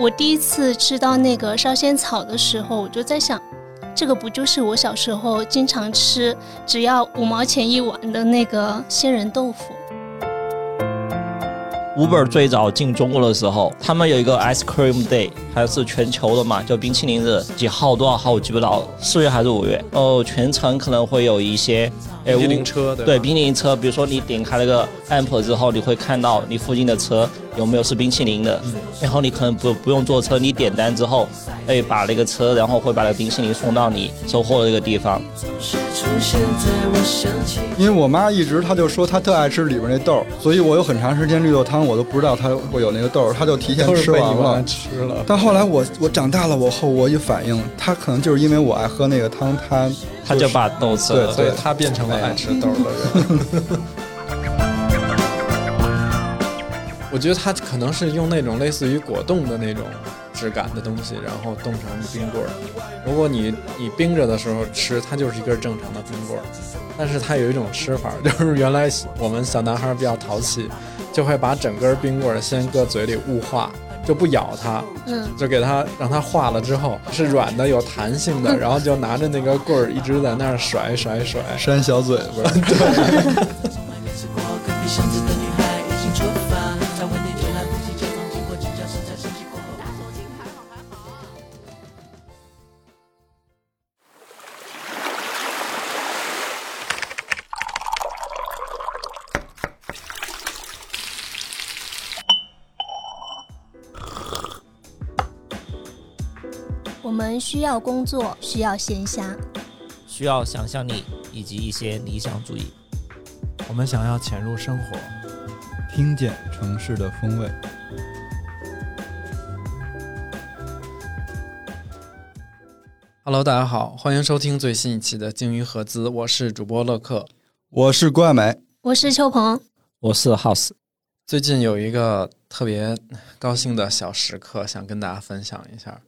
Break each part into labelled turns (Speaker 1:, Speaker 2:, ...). Speaker 1: 我第一次吃到那个烧仙草的时候，我就在想，这个不就是我小时候经常吃，只要五毛钱一碗的那个仙人豆腐？
Speaker 2: Uber 最早进中国的时候，他们有一个 Ice Cream Day，还是全球的嘛，就冰淇淋日，几号多少号我记不到，四月还是五月？哦，全程可能会有一些，哎，
Speaker 3: 冰淇淋
Speaker 2: 我
Speaker 3: 车对吧
Speaker 2: 对冰淇淋车，比如说你点开那个 app 之后，你会看到你附近的车有没有是冰淇淋的，
Speaker 3: 嗯
Speaker 2: 然后你可能不不用坐车，你点单之后，哎，把那个车，然后会把那个冰淇淋送到你收货的那个地方。
Speaker 4: 因为我妈一直她就说她特爱吃里边那豆儿，所以我有很长时间绿豆汤我都不知道它会有那个豆儿，她就提前
Speaker 3: 都是
Speaker 4: 吃
Speaker 3: 被
Speaker 4: 完
Speaker 3: 你妈
Speaker 4: 了。
Speaker 3: 吃了。
Speaker 4: 但后来我我长大了，我后我一反应，她可能就是因为我爱喝那个汤，她
Speaker 2: 他就把豆子
Speaker 4: 对
Speaker 3: 所以他变成了爱吃豆儿的人。 我觉得他可能是用那种类似于果冻的那种质感的东西，然后冻成冰棍儿。如果你你冰着的时候吃，它就是一根正常的冰棍儿。但是它有一种吃法， 就是原来我们小男孩比较淘气，就会把整根冰棍儿先搁嘴里雾化，就不咬它，
Speaker 1: 嗯，
Speaker 3: 就给它让它化了之后是软的有弹性的，然后就拿着那个棍儿一直在那儿甩甩甩，
Speaker 4: 扇小嘴巴。
Speaker 1: 我们需要工作，需要闲暇，
Speaker 5: 需要想象力以及一些理想主义。
Speaker 3: 我们想要潜入生活。
Speaker 4: 听见城市的风味。
Speaker 3: Hello，大家好，欢迎收听最新一期的《鲸鱼合资》，我是主播乐克。
Speaker 4: 我是郭爱美，
Speaker 1: 我是秋鹏，
Speaker 2: 我是 House，
Speaker 3: 最近有一个特别高兴的小时刻，想跟大家分享一下，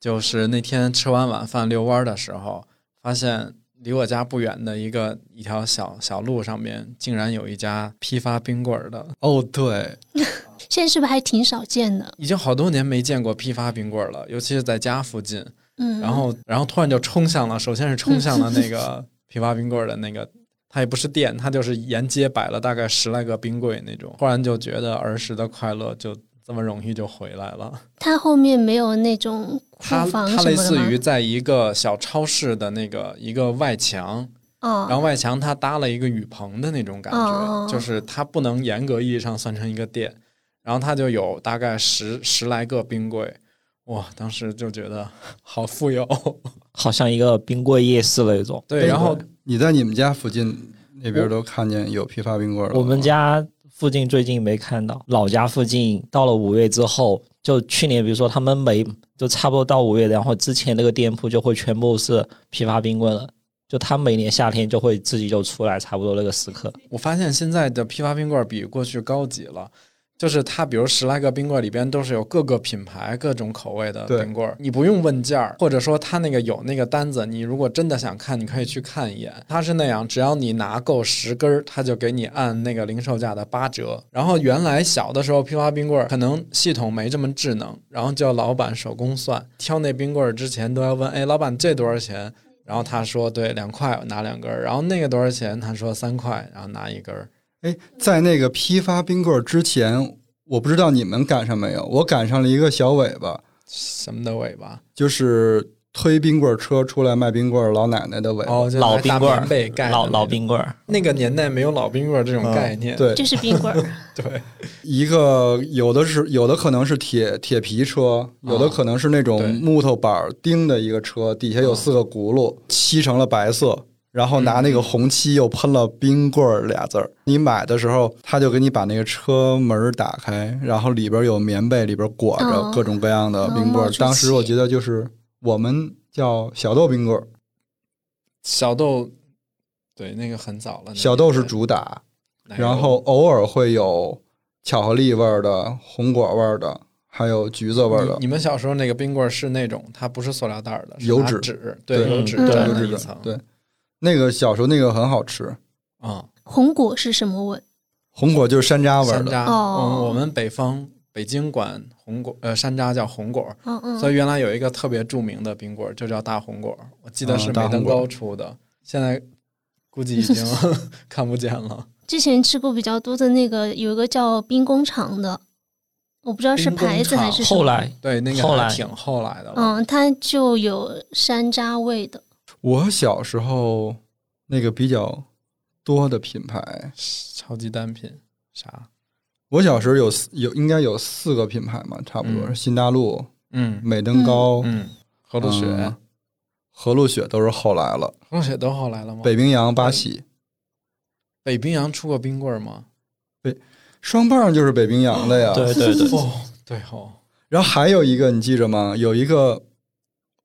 Speaker 3: 就是那天吃完晚饭遛弯儿的时候，发现离我家不远的一个一条小小路上面，竟然有一家批发冰棍儿的，
Speaker 4: 哦，对，
Speaker 1: 现在是不是还挺少见的？
Speaker 3: 已经好多年没见过批发冰棍儿了，尤其是在家附近。
Speaker 1: 嗯，
Speaker 3: 然后然后突然就冲向了，首先是冲向了 那个批发冰棍儿的那个，它也不是店，它就是沿街摆了大概十来个冰柜那种。忽然就觉得儿时的快乐就这么容易就回来了。
Speaker 1: 它后面没有那种库
Speaker 3: 它
Speaker 1: 房
Speaker 3: 它
Speaker 1: 什
Speaker 3: 类
Speaker 1: 么的
Speaker 3: 似
Speaker 1: 吗？
Speaker 3: 于在一个小超市的那个一个外墙，然
Speaker 1: 哦，
Speaker 3: 后外墙它搭了一个雨棚的那种感
Speaker 1: 哦哦
Speaker 3: 觉，
Speaker 1: 哦
Speaker 3: 就是它不能严格意义上算成一个店。然后它就有大概十十来个冰柜，哇！当时就觉得好富有，
Speaker 2: 好像一个冰柜夜市那种。
Speaker 3: 对。然后
Speaker 4: 你在你们家附近那边都看见有批发冰棍儿了吗
Speaker 2: 我们家附近最近没看到，老家附近到了五月之后，就去年比如说他们每就差不多到五月，然后之前那个店铺就会全部是批发冰棍了。就他每年夏天就会自己就出来，差不多那个时刻。
Speaker 3: 我发现现在的批发冰棍儿比过去高级了，就是它，比如十来个冰棍儿里边都是有各个品牌、各种口味的
Speaker 4: 对
Speaker 3: 冰棍儿，你不用问价儿，或者说它那个有那个单子，你如果真的想看，你可以去看一眼。它是那样，只要你拿够十根儿，它就给你按那个零售价的八折。然后原来小的时候批发冰棍儿可能系统没这么智能，然后叫老板手工算，挑那冰棍儿之前都要问，哎，老板这多少钱？然后他说对，两块我拿两根儿，然后那个多少钱？他说三块，然后拿一根儿。
Speaker 4: 哎，在那个批发冰棍儿之前，我不知道你们赶上没有，我赶上了一个小尾巴，
Speaker 3: 什么的尾巴，
Speaker 4: 就是推冰棍儿车出来卖冰棍儿老奶奶的尾巴。
Speaker 3: 哦，就
Speaker 2: 老
Speaker 3: 拿大
Speaker 2: 冰棍儿
Speaker 3: 棉被盖的
Speaker 2: 老
Speaker 3: 那
Speaker 2: 老
Speaker 3: 种
Speaker 2: 冰棍 儿，
Speaker 3: 那个年代没有老冰棍儿这种概念，
Speaker 4: 嗯对，
Speaker 1: 就是冰棍 儿。
Speaker 3: 对，
Speaker 4: 一个有的是有的可能是铁铁皮车，有的可能是那
Speaker 3: 对
Speaker 4: 种木头板儿钉的一个车，底下有四个轱辘，漆成了白色，然后拿那个红漆又喷了“冰棍儿”俩字儿。你买的时候，他就给你把那个车门儿打开，然后里边有棉被，里边裹着
Speaker 1: 哦
Speaker 4: 各种各样的冰
Speaker 1: 冒
Speaker 4: 棍儿。
Speaker 1: 出气
Speaker 4: 当时我觉得就是我们叫小豆冰棍儿，
Speaker 3: 小豆，对，那个很早了。那个
Speaker 4: 小豆是
Speaker 3: 年代，
Speaker 4: 主打，
Speaker 3: 奶油
Speaker 4: 然后偶尔会有巧克力味儿的、红果味儿的，还有橘子味儿的
Speaker 3: 你。你们小时候那个冰棍儿是那种，它不是塑料袋儿的，是
Speaker 4: 油
Speaker 3: 拿
Speaker 4: 纸
Speaker 3: 纸，
Speaker 4: 对
Speaker 3: 油
Speaker 2: 嗯
Speaker 3: 纸
Speaker 1: 对
Speaker 3: 粘
Speaker 1: 油
Speaker 3: 了
Speaker 4: 纸
Speaker 3: 一
Speaker 4: 的
Speaker 3: 层，
Speaker 4: 对那个小时候那个很好吃，
Speaker 3: 啊，
Speaker 1: 红果是什么味？
Speaker 4: 红果就是山楂味儿
Speaker 3: 山
Speaker 4: 的，
Speaker 3: 楂。
Speaker 1: 哦
Speaker 3: 嗯我们我们北方。北京管红果呃山楂叫红果，
Speaker 1: 嗯
Speaker 3: 所
Speaker 1: 嗯，
Speaker 3: 以原来有一个特别著名的冰棍儿，就叫大红果儿，我记得是
Speaker 4: 啊大
Speaker 3: 美
Speaker 4: 红
Speaker 3: 登
Speaker 4: 果儿
Speaker 3: 高出的，现在估计已 经看不见了。
Speaker 1: 之前吃过比较多的那个有一个叫兵工厂的，我不知道是
Speaker 3: 兵工
Speaker 1: 牌子还
Speaker 3: 厂
Speaker 1: 是什么
Speaker 2: 后来
Speaker 3: 对，那个
Speaker 2: 后
Speaker 3: 还
Speaker 2: 来
Speaker 3: 挺后来的了。
Speaker 1: 嗯，它就有山楂味的。
Speaker 4: 我小时候那个比较多的品牌，
Speaker 3: 超级单品啥？
Speaker 4: 我小时候有四有应该有四个品牌嘛，差不多、
Speaker 3: 嗯
Speaker 4: 新大陆、
Speaker 3: 嗯
Speaker 4: 美登高、
Speaker 3: 嗯，和路雪，
Speaker 4: 嗯和路雪都是后来了，
Speaker 3: 和路雪都后来了吗？
Speaker 4: 北冰洋、八喜，
Speaker 3: 北冰洋出过冰棍儿吗？
Speaker 4: 双棒就是北冰洋的呀。
Speaker 2: 对对对，
Speaker 3: 哦，对哦，
Speaker 4: 然后还有一个你记着吗？有一个，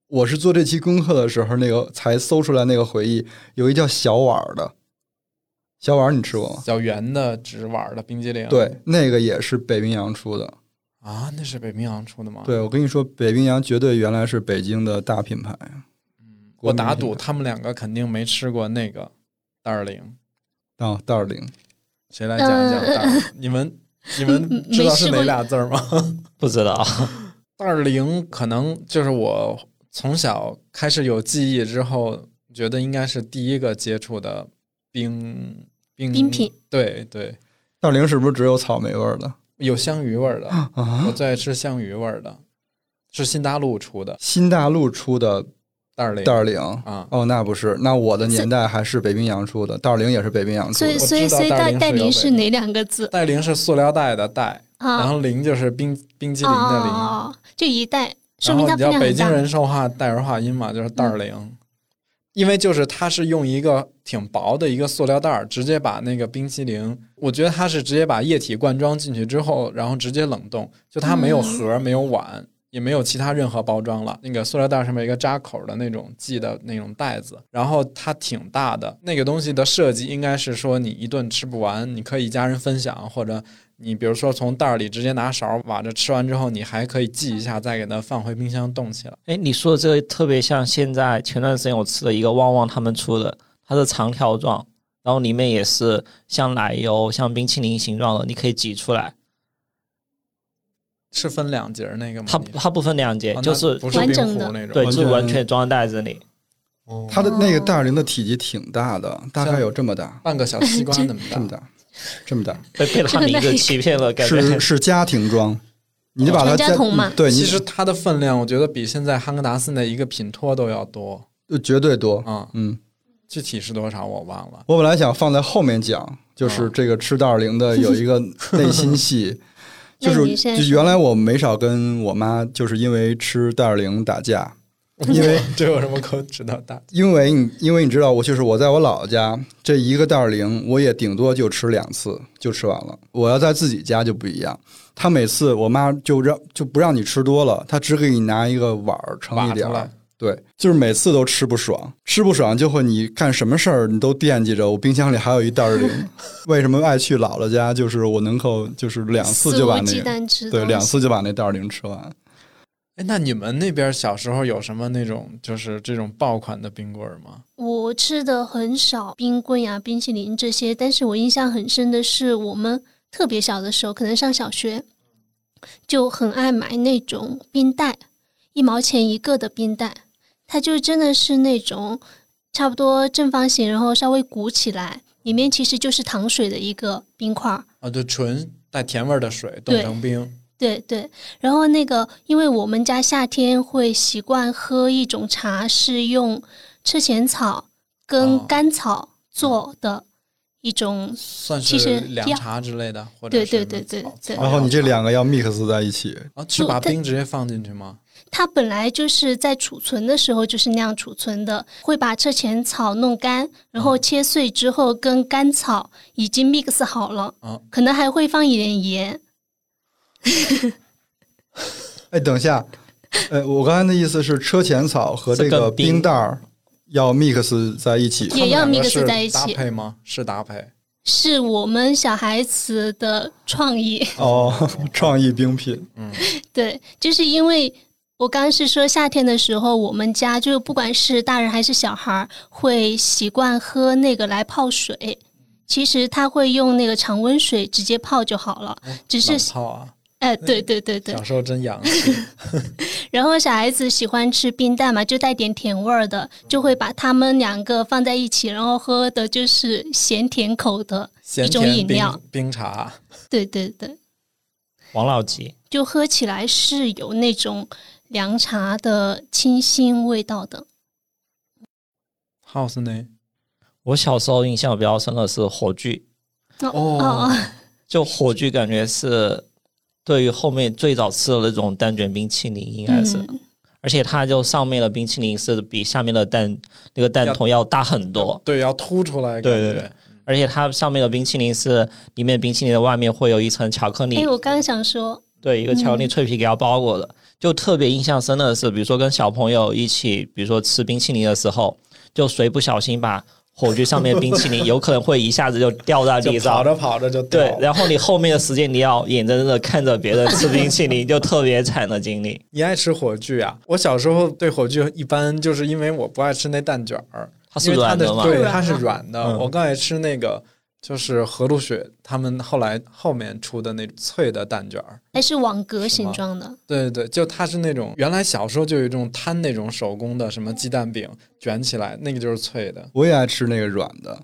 Speaker 4: 我是做这期功课的时候，那个才搜出来那个回忆，有一叫小碗儿的，小碗儿你吃过吗？
Speaker 3: 小圆的纸碗儿的冰激凌。
Speaker 4: 对，那个也是北冰洋出的。
Speaker 3: 啊，那是北冰洋出的吗？，
Speaker 4: 对，我跟你说，北冰洋绝对原来是北京的大品牌。
Speaker 3: 嗯我
Speaker 4: 国民
Speaker 3: 打
Speaker 4: 品
Speaker 3: 赌
Speaker 4: 牌
Speaker 3: 他们两个肯定没吃过那个蛋儿零。
Speaker 4: 啊，蛋儿零，
Speaker 3: 谁来讲一讲蛋儿？你 们你们知道是哪俩字儿吗？
Speaker 2: 不知道，
Speaker 3: 蛋儿零可能就是我从小开始有记忆之后，觉得应该是第一个接触的冰冰
Speaker 1: 冰品。
Speaker 3: 对对，
Speaker 4: 蛋儿零是不是只有草莓味儿的
Speaker 3: 有香芋味儿的，我
Speaker 4: 啊？
Speaker 3: 最爱吃香芋味儿的，是新大陆出的
Speaker 4: 新大陆出的
Speaker 3: 蛋儿零
Speaker 4: 蛋儿零
Speaker 3: 啊。
Speaker 4: 哦，那不是，那我的年代还是北冰洋出的，蛋儿零也是北冰洋出
Speaker 1: 所以
Speaker 4: 的。
Speaker 1: 所以
Speaker 3: 我知道
Speaker 1: 所以袋
Speaker 3: 袋铃是
Speaker 1: 袋
Speaker 3: 有
Speaker 1: 铃
Speaker 3: 味
Speaker 1: 是
Speaker 3: 的
Speaker 1: 哪两个字
Speaker 3: 袋零是塑料袋的袋，然
Speaker 1: 啊？
Speaker 3: 后零就是冰冰激凌的零。
Speaker 1: 哦，就一袋，说
Speaker 3: 然
Speaker 1: 明
Speaker 3: 后
Speaker 1: 它
Speaker 3: 你知
Speaker 1: 分量
Speaker 3: 道北
Speaker 1: 很
Speaker 3: 京
Speaker 1: 大。嗯
Speaker 3: 人说话带儿化音嘛，就是袋儿零，因为就是它是用一个挺薄的一个塑料袋儿，直接把那个冰淇淋，我觉得它是直接把液体灌装进去之后，然后直接冷冻，就它没有盒儿，没有碗，也没有其他任何包装了。那个塑料袋儿上面有一个扎口儿的那种系的那种袋子，然后它挺大的。那个东西的设计应该是说你一顿吃不完，你可以一家人分享，或者你比如说从袋儿里直接拿勺挖着吃完之后，你还可以记一下，再给它放回冰箱冻起来。
Speaker 2: 哎，你说的这个特别像现在前段时间我吃了一个旺旺他们出的，它是长条状，然后里面也是像奶油、像冰淇淋形状的，你可以挤出来。
Speaker 3: 是分两节儿那个吗？
Speaker 2: 它
Speaker 3: 你
Speaker 2: 它不分两节，
Speaker 3: 啊
Speaker 2: 就
Speaker 3: 那
Speaker 2: 是
Speaker 3: 不是
Speaker 1: 完
Speaker 3: 冰
Speaker 1: 整
Speaker 3: 壶
Speaker 1: 的
Speaker 3: 那种，
Speaker 2: 对，
Speaker 4: 完
Speaker 2: 就
Speaker 4: 全
Speaker 2: 完全装袋子里。
Speaker 3: 哦
Speaker 4: 它的那个蛋儿零的体积挺大的，大概有这么大，
Speaker 3: 半个小西瓜那么
Speaker 4: 这么
Speaker 3: 大，
Speaker 4: 大，这么大，
Speaker 2: 被被他名字欺骗了，感觉
Speaker 4: 是是家庭装，你就把它
Speaker 1: 哦全家
Speaker 4: 加
Speaker 1: 桶嘛
Speaker 4: 嗯对，你
Speaker 3: 其实它的分量我觉得比现在汉格达斯那一个品托都要多
Speaker 4: 呃绝对多。
Speaker 3: 啊、
Speaker 4: 嗯，
Speaker 3: 具体是多少我忘了。
Speaker 4: 我本来想放在后面讲，
Speaker 1: 哦
Speaker 4: 就是这个吃蛋儿零的有 一个内心戏，就
Speaker 1: 那
Speaker 4: 是
Speaker 1: 你先
Speaker 4: 就原来我没少跟我妈就是因为吃蛋儿零打架，因为
Speaker 3: 这有什么可指导 大？
Speaker 4: 因为你因为你知道，我就是我在我姥姥家这一个袋儿零，我也顶多就吃两次，就吃完了。我要在自己家就不一样，她每次我妈就让就不让你吃多了，她只给你拿一个碗儿盛一
Speaker 3: 挖
Speaker 4: 点
Speaker 3: 出
Speaker 4: 儿啊
Speaker 3: 来。，
Speaker 4: 对，就是每次都吃不爽，吃不爽就会你干什么事儿你都惦记着我冰箱里还有一袋儿零。 为什么爱去姥姥家？就是我能够就是两次
Speaker 1: 肆
Speaker 4: 就
Speaker 1: 无
Speaker 4: 把
Speaker 1: 忌
Speaker 4: 那个
Speaker 1: 惮吃
Speaker 4: 对
Speaker 1: 东
Speaker 4: 两
Speaker 1: 西
Speaker 4: 次就把那袋儿零吃完。
Speaker 3: 哎，那你们那边小时候有什么那种就是这种爆款的冰棍儿吗？
Speaker 1: 我吃的很少冰棍呀、冰淇淋这些，但是我印象很深的是，我们特别小的时候，可能上小学，就很爱买那种冰袋，一毛钱一个的冰袋，它就真的是那种差不多正方形，然后稍微鼓起来，里面其实就是糖水的一个冰块儿。
Speaker 3: 啊，就纯带甜味儿的水冻
Speaker 1: 对
Speaker 3: 成冰，
Speaker 1: 对对，然后那个，因为我们家夏天会习惯喝一种茶，是用车前草
Speaker 3: 哦
Speaker 1: 跟甘草做的一种，
Speaker 3: 算
Speaker 1: 其实
Speaker 3: 是凉
Speaker 1: 要
Speaker 3: 茶之类的，或者
Speaker 1: 对对
Speaker 3: 是
Speaker 1: 对对
Speaker 3: 草
Speaker 1: 对
Speaker 3: 草
Speaker 4: 然后你这
Speaker 3: 药茶
Speaker 4: 两个要 mix 在一起，
Speaker 3: 啊，是
Speaker 1: 就
Speaker 3: 把
Speaker 1: 它
Speaker 3: 冰直接放进去吗？
Speaker 1: 它本来就是在储存的时候就是那样储存的，会把车前草弄干，然后切碎之后跟甘草已经 mix 好了，
Speaker 3: 哦
Speaker 1: 可能还会放一点盐。
Speaker 4: 哎，等一下，呃，我刚才的意思是车前草和这
Speaker 2: 这
Speaker 4: 个
Speaker 2: 个冰
Speaker 4: 冰袋儿要 mix 在一起
Speaker 1: 也。要
Speaker 3: 他们两个
Speaker 1: mix
Speaker 3: 是
Speaker 1: 在一起
Speaker 3: 搭配吗？是搭配。
Speaker 1: 是我们小孩子的创意，
Speaker 4: 哦， 创意冰品，
Speaker 1: 对，就是因为我刚刚是说夏天的时候，我们家就不管是大人还是小孩儿，会习惯喝那个来泡水。其实他会用那个常温水直接泡就好了，只是
Speaker 3: 泡啊，
Speaker 1: 哎，对对对对
Speaker 3: 哎小。时候 真洋气，
Speaker 1: 然后小孩子喜欢吃冰蛋嘛，就带点甜味儿的，就会把它们两个放在一起，然后喝的就是咸甜口的。
Speaker 3: 咸
Speaker 1: 一种
Speaker 3: 甜
Speaker 1: 饮料
Speaker 3: 冰冰茶，
Speaker 1: 对对对，
Speaker 5: 王老吉，
Speaker 1: 就喝起来是有那种凉茶的清新味道的。
Speaker 3: house 呢？
Speaker 5: 我小时候印象比较深的是火炬，
Speaker 1: 哦
Speaker 3: 哦
Speaker 5: 就火炬感觉是对于后面最早吃的那种蛋卷冰淇淋应该是，
Speaker 1: 嗯，
Speaker 5: 而且它就上面的冰淇淋是比下面的蛋那个蛋
Speaker 3: 要
Speaker 5: 筒要大很多，
Speaker 3: 对，要凸出来。
Speaker 5: 对对对，而且它上面的冰淇淋是里面冰淇淋的外面会有一层巧克力
Speaker 1: 哎，，我刚想说，
Speaker 5: 对，一个巧克力
Speaker 1: 嗯
Speaker 5: 脆皮给它包裹的。就特别印象深的是，比如说跟小朋友一起，比如说吃冰淇淋的时候，就谁不小心把火炬上面的冰淇 淋有可能会一下子就掉在地
Speaker 3: 就
Speaker 5: 上。
Speaker 3: 跑着跑着就掉
Speaker 5: 对，
Speaker 3: 了。
Speaker 5: 然后你后面的时间你要眼睁睁的看着别人吃冰淇 淋，就特别惨的经历。
Speaker 3: 你爱吃火炬啊？我小时候对火炬一般，就是因为我不爱吃那蛋卷儿，
Speaker 5: 它
Speaker 3: 因
Speaker 5: 是
Speaker 3: 为它
Speaker 5: 软
Speaker 3: 的
Speaker 5: 的嘛？
Speaker 3: 对，啊
Speaker 1: 软
Speaker 3: 它是
Speaker 1: 的
Speaker 3: 软的。
Speaker 5: 嗯
Speaker 3: 我更爱吃那个，就是和路雪他们后来后面出的那脆的蛋卷儿。
Speaker 1: 还哎是网格
Speaker 3: 什
Speaker 1: 形
Speaker 3: 么
Speaker 1: 状的，
Speaker 3: 对对对，就它是那种原来小时候就有一种摊那种手工的什么鸡蛋饼卷起来，那个就是脆的。
Speaker 4: 我也爱吃那个软的，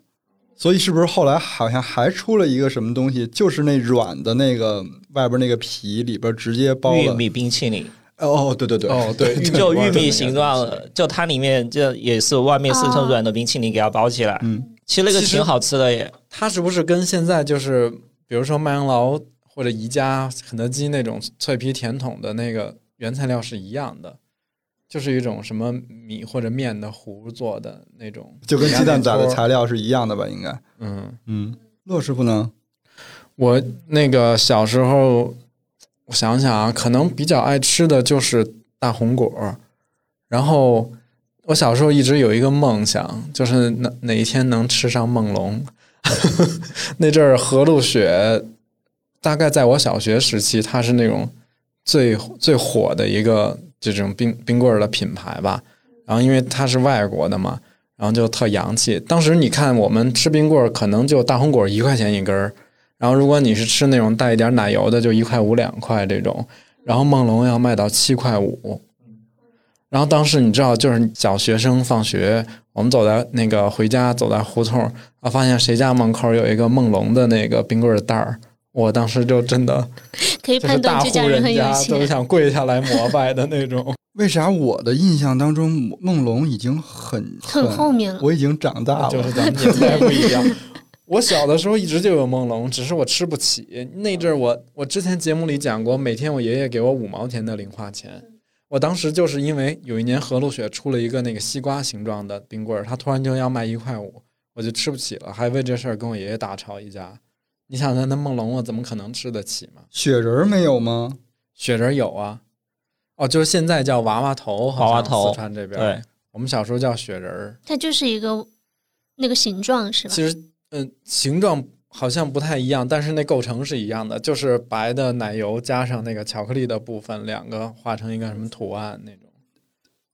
Speaker 4: 所以是不是后来好像还出了一个什么东西，就是那软的那个外边那个皮里边直接包
Speaker 5: 玉
Speaker 4: 了？
Speaker 5: 米冰淇淋，
Speaker 4: 哦，对对对，
Speaker 3: 哦，对，
Speaker 5: 就玉
Speaker 3: 丸的那
Speaker 5: 米
Speaker 3: 个
Speaker 5: 形
Speaker 3: 东
Speaker 5: 状
Speaker 3: 西啊
Speaker 5: 的，就它里面就也是外面是层软的冰淇淋给它包起来。
Speaker 4: 嗯，
Speaker 5: 其实那个
Speaker 3: 其实
Speaker 5: 挺好吃的耶。
Speaker 3: 它是不是跟现在就是，比如说麦当劳或者宜家、肯德基那种脆皮甜筒的那个原材料是一样的？就是一种什么米或者面的糊做的那种，
Speaker 4: 就跟鸡蛋仔的
Speaker 3: 面
Speaker 4: 材料是一样的吧？应该，
Speaker 3: 托儿。嗯，
Speaker 4: 嗯，骆师傅呢？
Speaker 3: 我那个小时候，我想想啊，可能比较爱吃的就是大红果儿。然后我小时候一直有一个梦想，就是哪哪一天能吃上梦龙。 那阵儿和路雪，大概在我小学时期，它是那种最最火的一个这种冰冰棍儿的品牌吧。然后因为它是外国的嘛，然后就特洋气。当时你看我们吃冰棍儿，可能就大红果儿一块钱一根儿，然后如果你是吃那种带一点奶油的，就一块五两块这种。然后梦龙要卖到七块五。然后当时你知道，就是小学生放学，我们走在那个回家，走在胡同啊，发现谁家门口有一个梦龙的那个冰棍儿袋儿，我当时就真的
Speaker 1: 可以
Speaker 3: 就是
Speaker 1: 判
Speaker 3: 大
Speaker 1: 断
Speaker 3: 户
Speaker 1: 这家
Speaker 3: 人
Speaker 1: 很有
Speaker 3: 家都
Speaker 1: 钱。
Speaker 3: 想跪下来膜拜的那种。
Speaker 4: 为啥我的印象当中梦梦龙已经很
Speaker 1: 很后面了，
Speaker 4: 我已经长大了，
Speaker 3: 就是咱 们年代不一样。我小的时候一直就有梦龙，只是我吃不起。那阵儿我我之前节目里讲过，每天我爷爷给我五毛钱的零花钱。我当时就是因为有一年和路雪出了一个那个西瓜形状的冰棍儿，他突然就要卖一块五，我就吃不起了，还为这事儿跟我爷爷大吵一架。你想想，那梦龙我怎么可能吃得起嘛？
Speaker 4: 雪人儿没有吗？
Speaker 3: 雪人有啊，哦，就是现在叫娃娃头，好像
Speaker 5: 娃娃头
Speaker 3: 四川这边儿，
Speaker 5: 对，
Speaker 3: 我们小时候叫雪人儿。
Speaker 1: 它就是一个那个形状是吧？
Speaker 3: 其实，嗯、形状好像不太一样，但是那构成是一样的，就是白的奶油加上那个巧克力的部分，两个画成一个什么图案那种。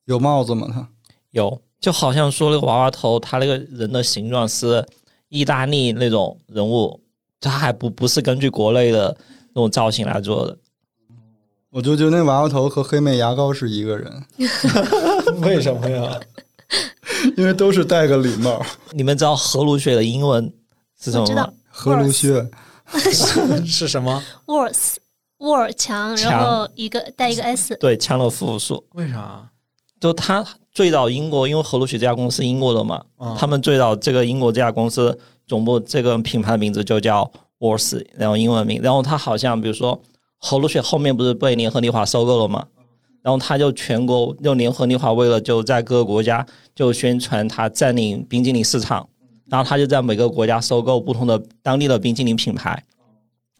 Speaker 4: 有帽子吗？他
Speaker 5: 有，就好像说那个娃娃头，他那个人的形状是意大利那种人物，他还不不是根据国内的那种造型来做的。
Speaker 4: 我就觉得那娃娃头和黑妹牙膏是一个人，
Speaker 3: 为什么呀？
Speaker 4: 因为都是戴个礼帽。
Speaker 5: 你们知道荷鲁雪的英文是什
Speaker 1: 我
Speaker 5: 么
Speaker 1: 知道
Speaker 5: 吗？
Speaker 4: 和芦靴，
Speaker 3: 是什么？
Speaker 1: ，worth。沃尔强，然后一个带一个 s，
Speaker 5: 对，枪的复数。
Speaker 3: 为啥？
Speaker 5: 就他最早英国，因为荷鲁雪这家公司是英国的嘛，
Speaker 3: 嗯
Speaker 5: 他们最早这个英国这家公司总部这个品牌的名字就叫 w o r s 然后英文名，然后它好像比如说荷鲁雪后面不是被联合利华收购了嘛，然后它就全国用联合利华为了就在各个国家就宣传它占领冰激凌市场，然后它就在每个国家收购不同的当地的冰激凌品牌，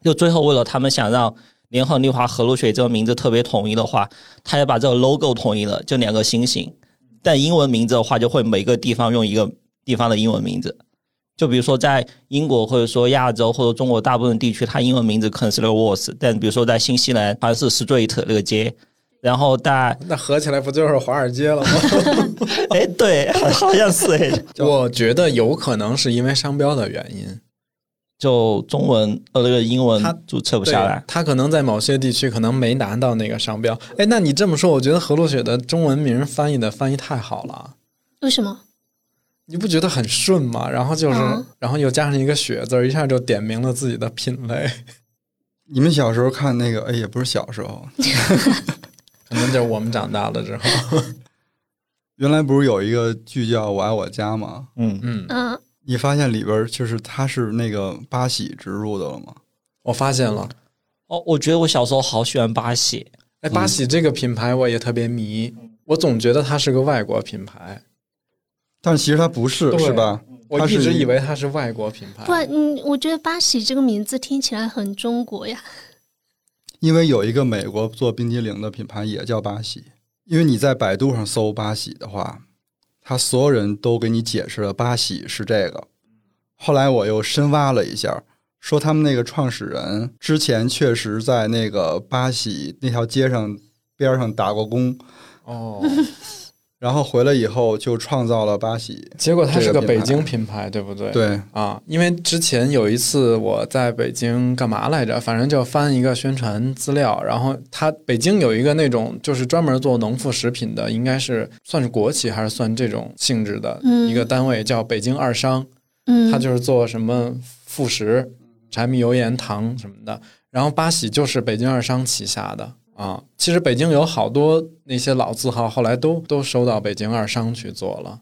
Speaker 5: 就最后为了他们想让。联合利华和露雪这个名字特别统一的话，它也把这个 logo 统一了，就两个星星。但英文名字的话，就会每个地方用一个地方的英文名字。就比如说在英国或者说亚洲或者中国大部分地区，它英文名字可能是那个 Walls，但比如说在新西兰好像是 Street 那个街，然后在
Speaker 3: 那合起来不就是华尔街了 吗？
Speaker 5: 哎对，好像是哎，
Speaker 3: 我觉得有可能是因为商标的原因，
Speaker 2: 就中文呃那个英文
Speaker 3: 它
Speaker 2: 注册不
Speaker 3: 对
Speaker 2: 下来。
Speaker 3: 他可能在某些地区可能没拿到那个商标。哎，那你这么说，我觉得何露雪的中文名翻译的翻译太好了，
Speaker 1: 为什么？
Speaker 3: 你不觉得很顺吗？然后就是，
Speaker 1: 嗯
Speaker 3: 然后又加上一个雪字儿，一下就点明了自己的品味，
Speaker 4: 你们小时候看那个，哎，也不是小时候，
Speaker 3: 可能就是我们长大了之后，
Speaker 4: 原来不是有一个剧叫《我爱我家》吗？
Speaker 2: 嗯，
Speaker 3: 嗯，
Speaker 1: 嗯、
Speaker 4: 你发现里边儿就是它是那个巴西植入的了吗？
Speaker 3: 我发现了，
Speaker 2: 哦，我觉得我小时候好喜欢巴西，
Speaker 3: 哎，八喜这个品牌我也特别迷，我总觉得它是个外国品牌，
Speaker 4: 但其实它不是，
Speaker 3: 对
Speaker 4: 是吧？
Speaker 3: 我
Speaker 4: 它
Speaker 3: 一
Speaker 4: 是
Speaker 3: 直
Speaker 4: 一
Speaker 3: 以为它是外国品牌
Speaker 1: 不。然嗯，我觉得巴喜这个名字听起来很中国呀。
Speaker 4: 因为有一个美国做冰激凌的品牌也叫巴西，因为你在百度上搜巴西的话，他所有人都给你解释了巴西是这个。后来我又深挖了一下，说他们那个创始人之前确实在那个巴西那条街上边儿上打过工，
Speaker 3: 哦，
Speaker 4: 然后回来以后就创造了巴西。
Speaker 3: 结果它是个
Speaker 4: 这个品
Speaker 3: 北
Speaker 4: 牌
Speaker 3: 京品牌，对不对？
Speaker 4: 对，
Speaker 3: 啊，因为之前有一次我在北京干嘛来着？反正就翻一个宣传资料，然后他北京有一个那种就是专门做农副食品的，应该是算是国企还是算这种性质的
Speaker 1: 嗯
Speaker 3: 一个单位，叫北京二商，
Speaker 1: 嗯，
Speaker 3: 它就是做什么副食、柴米油盐糖什么的。然后八喜就是北京二商旗下的啊。其实北京有好多那些老字号，后来都都收到北京二商去做了。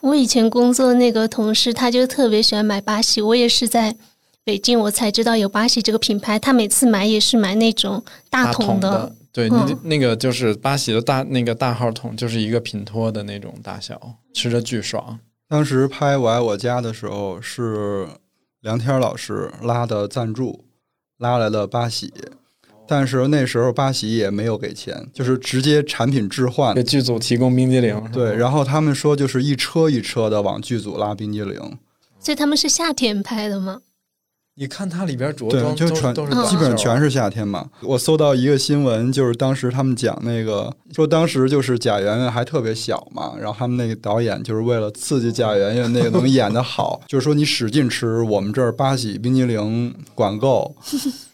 Speaker 1: 我以前工作那个同事，他就特别喜欢买巴西。我也是在北京，我才知道有巴西这个品牌。他每次买也是买那种大
Speaker 3: 桶
Speaker 1: 桶的，
Speaker 3: 对你
Speaker 1: 嗯
Speaker 3: 的那个就是八喜的大那个大号桶，就是一个品托的那种大小，吃着巨爽。
Speaker 4: 当时拍《我爱我家》的时候是梁天老师拉的赞助，拉来了八喜，但是那时候八喜也没有给钱，就是直接产品置换
Speaker 3: 给。剧组提供冰激凌，是吧
Speaker 4: 对，然后他们说就是一车一车的往剧组拉冰激凌，
Speaker 1: 所以他们是夏天拍的嘛。
Speaker 3: 你看它里边着
Speaker 4: 对
Speaker 3: 装
Speaker 4: 就
Speaker 3: 都
Speaker 4: 全
Speaker 3: 都是
Speaker 1: 嗯
Speaker 3: 短袖
Speaker 4: 基本上全是夏天嘛。我搜到一个新闻，就是当时他们讲那个，说当时就是贾圆圆还特别小嘛，然后他们那个导演就是为了刺激贾圆圆那个能演得好， 就是说你使劲吃，我们这儿八喜冰激凌管够。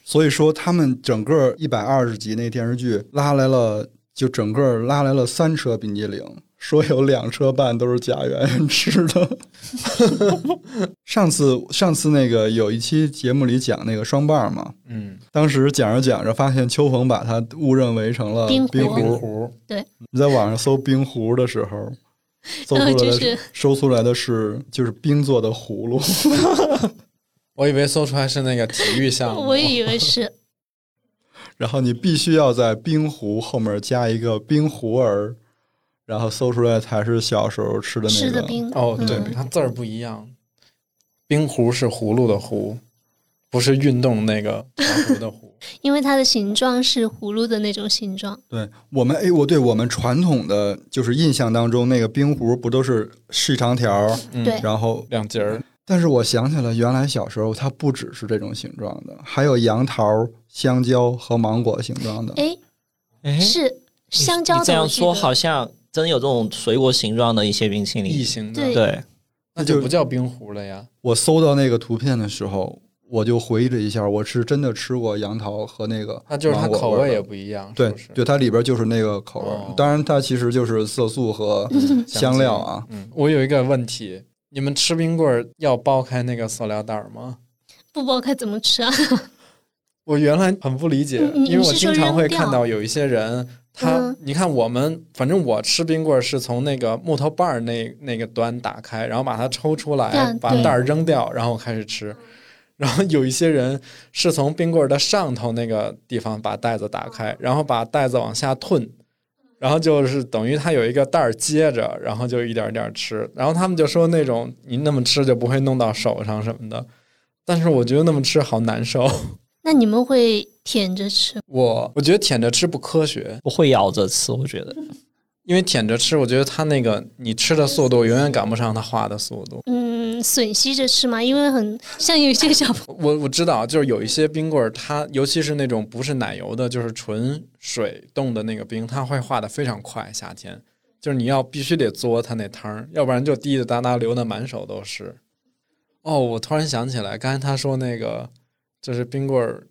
Speaker 4: 所以说他们整个一百二十集那电视剧拉来了，就整个拉来了三车冰激凌。说有两车半都是贾圆圆吃的， 上次上次那个有一期节目里讲那个双棒嘛，
Speaker 3: 嗯
Speaker 4: 当时讲着讲着，发现秋鹏把它误认为成了
Speaker 1: 冰壶
Speaker 4: 冰
Speaker 1: 冰
Speaker 4: 壶。
Speaker 3: 壶
Speaker 4: 你在网上搜冰壶的时 候，搜出
Speaker 1: 然
Speaker 4: 来
Speaker 1: 后
Speaker 4: 的
Speaker 1: 就是是
Speaker 4: 搜出来的是嗯就是冰做的葫芦。
Speaker 3: 我以为搜出来是那个体育项目，
Speaker 1: 我也以为是，
Speaker 4: 然后你必须要在冰壶后面加一个冰壶儿，然后搜出来才是小时候吃的那个。
Speaker 1: 吃的冰
Speaker 3: 哦，对，
Speaker 1: 嗯
Speaker 3: 它字儿不一样。冰壶是葫芦的葫，不是运动那个茶壶的壶。
Speaker 1: 因为它的形状是葫芦的那种形状。
Speaker 4: 对我们，哎，我对我们传统的就是印象当中，那个冰壶不都是细长条儿，
Speaker 3: 嗯
Speaker 1: 对
Speaker 4: 然后
Speaker 3: 两节儿，
Speaker 4: 但是我想起来，原来小时候它不只是这种形状的，还有杨桃、香蕉和芒果形状的。
Speaker 1: 哎，
Speaker 2: 哎，
Speaker 1: 是香蕉
Speaker 2: 你这
Speaker 1: 的。我
Speaker 2: 样
Speaker 1: 记
Speaker 2: 说
Speaker 1: 得
Speaker 2: 好像真有这种水果形状的一些冰
Speaker 4: 嗯
Speaker 2: 淇
Speaker 3: 异
Speaker 2: 淋，
Speaker 3: 形
Speaker 1: 对
Speaker 3: 的，
Speaker 2: 对，
Speaker 3: 那就不叫冰壶了呀。
Speaker 4: 我搜到那个图片的时候，我就回忆了一下，我是真的吃过杨桃和那个
Speaker 3: 那就是它
Speaker 4: 芒果
Speaker 3: 口
Speaker 4: 味儿
Speaker 3: 味
Speaker 4: 的
Speaker 3: 也不一样，
Speaker 4: 对
Speaker 3: 是不是
Speaker 4: 对，它里边就是那个口味儿。
Speaker 3: 哦
Speaker 4: 当然，它其实就是色素和
Speaker 1: 嗯
Speaker 4: 香料啊。
Speaker 3: 嗯，我有一个问题，你们吃冰棍儿要剥开那个塑料袋儿吗？
Speaker 1: 不包该怎么吃啊？
Speaker 3: 我原来很不理解，
Speaker 1: 你嗯你
Speaker 3: 因为我
Speaker 1: 你是说
Speaker 3: 经常会看
Speaker 1: 扔
Speaker 3: 到
Speaker 1: 掉
Speaker 3: 有一些人，他、
Speaker 1: 嗯
Speaker 3: 你看我们，反正我吃冰棍儿是从那个木头棒儿那那个端打开，然后把它抽出来，
Speaker 1: 对
Speaker 3: 把
Speaker 1: 对
Speaker 3: 袋儿扔掉，然后开始吃。然后有一些人是从冰棍儿的上头那个地方把袋子打
Speaker 1: 哦
Speaker 3: 开，然后把袋子往下吞，然后就是等于它有一个袋儿接着，然后就一点儿一点儿吃。然后他们就说那种你那么吃就不会弄到手上什么的，但是我觉得那么吃好难受。
Speaker 1: 那你们会舔着吃？
Speaker 3: 我我觉得舔着吃不科学，
Speaker 2: 不会咬着吃，我 觉得。
Speaker 3: 因为舔着吃，我觉得它那个你吃的速度永远赶不上它化的速度。
Speaker 1: 嗯，吮吸着吃嘛，因为很像有一些小朋友
Speaker 3: 我我知道，就是有一些冰棍儿，它尤其是那种不是奶油的，就是纯水冻的那个冰，它会化的非常快。夏天就是你要必须得嘬它那汤儿，要不然就滴滴答答流的满手都是。哦，我突然想起来，刚才他说那个就是冰棍儿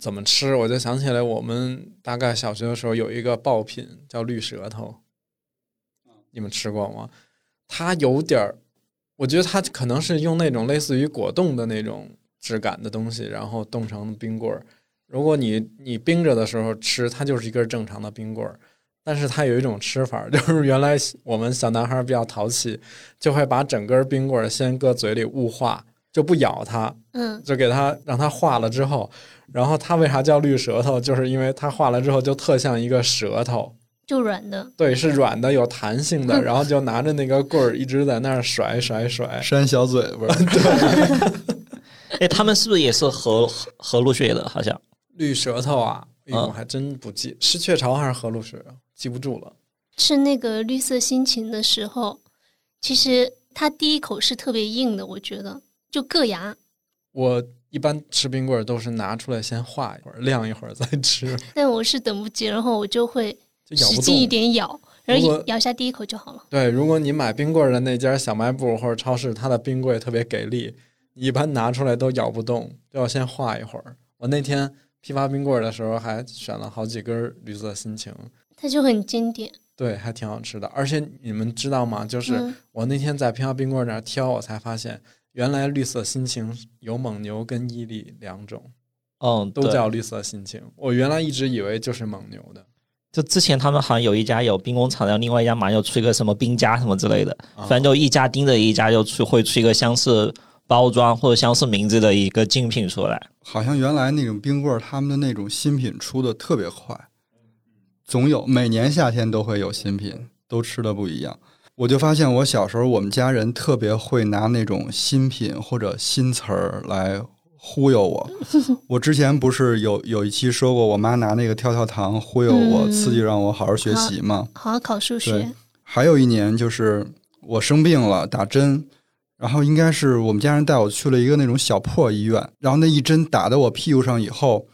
Speaker 3: 怎么吃，我就想起来我们大概小学的时候有一个爆品叫绿舌头，你们吃过吗？它有点儿，我觉得它可能是用那种类似于果冻的那种质感的东西，然后冻成冰棍儿。如果你你冰着的时候吃，它就是一根正常的冰棍儿。但是它有一种吃法儿， 就是原来我们小男孩儿比较淘气，就会把整根冰棍儿先搁嘴里雾化，就不咬它，
Speaker 1: 嗯，
Speaker 3: 就给它让它化了之后，然后它为啥叫绿舌头？就是因为它化了之后就特像一个舌头，
Speaker 1: 就软的，
Speaker 3: 对，是软的有弹性的，然后就拿着那个棍儿一直在那儿甩甩甩。
Speaker 4: 扇小嘴巴儿，
Speaker 2: 哎，他们是不是也是河河河路学的？好像
Speaker 3: 绿舌头啊，哎呦
Speaker 2: 嗯
Speaker 3: 我还真不记是雀巢还是河鹭石，记不住了。
Speaker 1: 吃那个绿色心情的时候，其实它第一口是特别硬的，我觉得就硌牙，
Speaker 3: 我一般吃冰棍儿都是拿出来先化一会儿，晾一会儿再吃，
Speaker 1: 但我是等不及，然后我就会
Speaker 3: 就咬
Speaker 1: 使
Speaker 3: 不
Speaker 1: 劲一
Speaker 3: 动。
Speaker 1: 点咬，然后
Speaker 3: 如果
Speaker 1: 咬下第一口就好了。
Speaker 3: 对，如果你买冰棍儿的那家小卖部或者超市，它的冰柜特别给力，一般拿出来都咬不动，都要先化一会儿。我那天批发冰棍儿的时候还选了好几根儿绿色心情，
Speaker 1: 它就很经典，
Speaker 3: 对，还挺好吃的。而且你们知道吗？就是
Speaker 1: 嗯，
Speaker 3: 我那天在批发冰棍儿那儿挑，我才发现原来绿色心情有蒙牛跟伊利两种，
Speaker 2: 嗯，
Speaker 3: 都
Speaker 2: 对
Speaker 3: 叫绿色心情。我原来一直以为就是蒙牛的，
Speaker 2: 就之前他们好像有一家有兵工厂，然后另外一家马上又出一个什么兵家什么之类的，反正就一家盯着一家，就出会出一个相似包装或者相似名字的一个竞品出来。
Speaker 4: 好像原来那种冰棍儿，他们的那种新品出的特别快，总有每年夏天都会有新品，都吃的不一样。我就发现我小时候，我们家人特别会拿那种新品或者新词儿来忽悠我。我之前不是有有一期说过，我妈拿那个跳跳糖忽悠我，
Speaker 1: 嗯
Speaker 4: 刺激让我好好学习嘛。
Speaker 1: 好好考数
Speaker 4: 对
Speaker 1: 学，
Speaker 4: 还有一年就是我生病了，打针，然后应该是我们家人带我去了一个那种小破医院，然后那一针打到我屁股上以后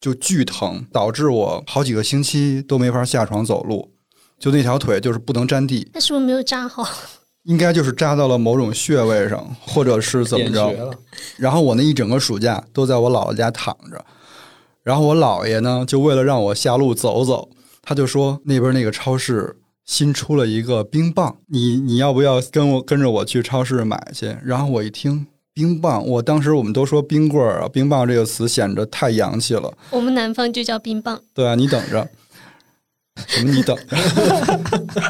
Speaker 4: 就巨疼，导致我好几个星期都没法下床走路，就那条腿就是不能沾地，
Speaker 1: 它是不是没有扎好？
Speaker 4: 应该就是扎到了某种穴位上，或者是怎么
Speaker 3: 点穴
Speaker 4: 着。
Speaker 3: 了？
Speaker 4: 然后我那一整个暑假都在我姥姥家躺着，然后我姥爷呢，就为了让我下路走走，他就说那边那个超市新出了一个冰棒，你你要不要跟我跟着我去超市买去？然后我一听冰棒，我当时我们都说冰棍儿啊，冰棒这个词显着太洋气了，
Speaker 1: 我们南方就叫冰棒，
Speaker 4: 对啊，你等着，什么你等着？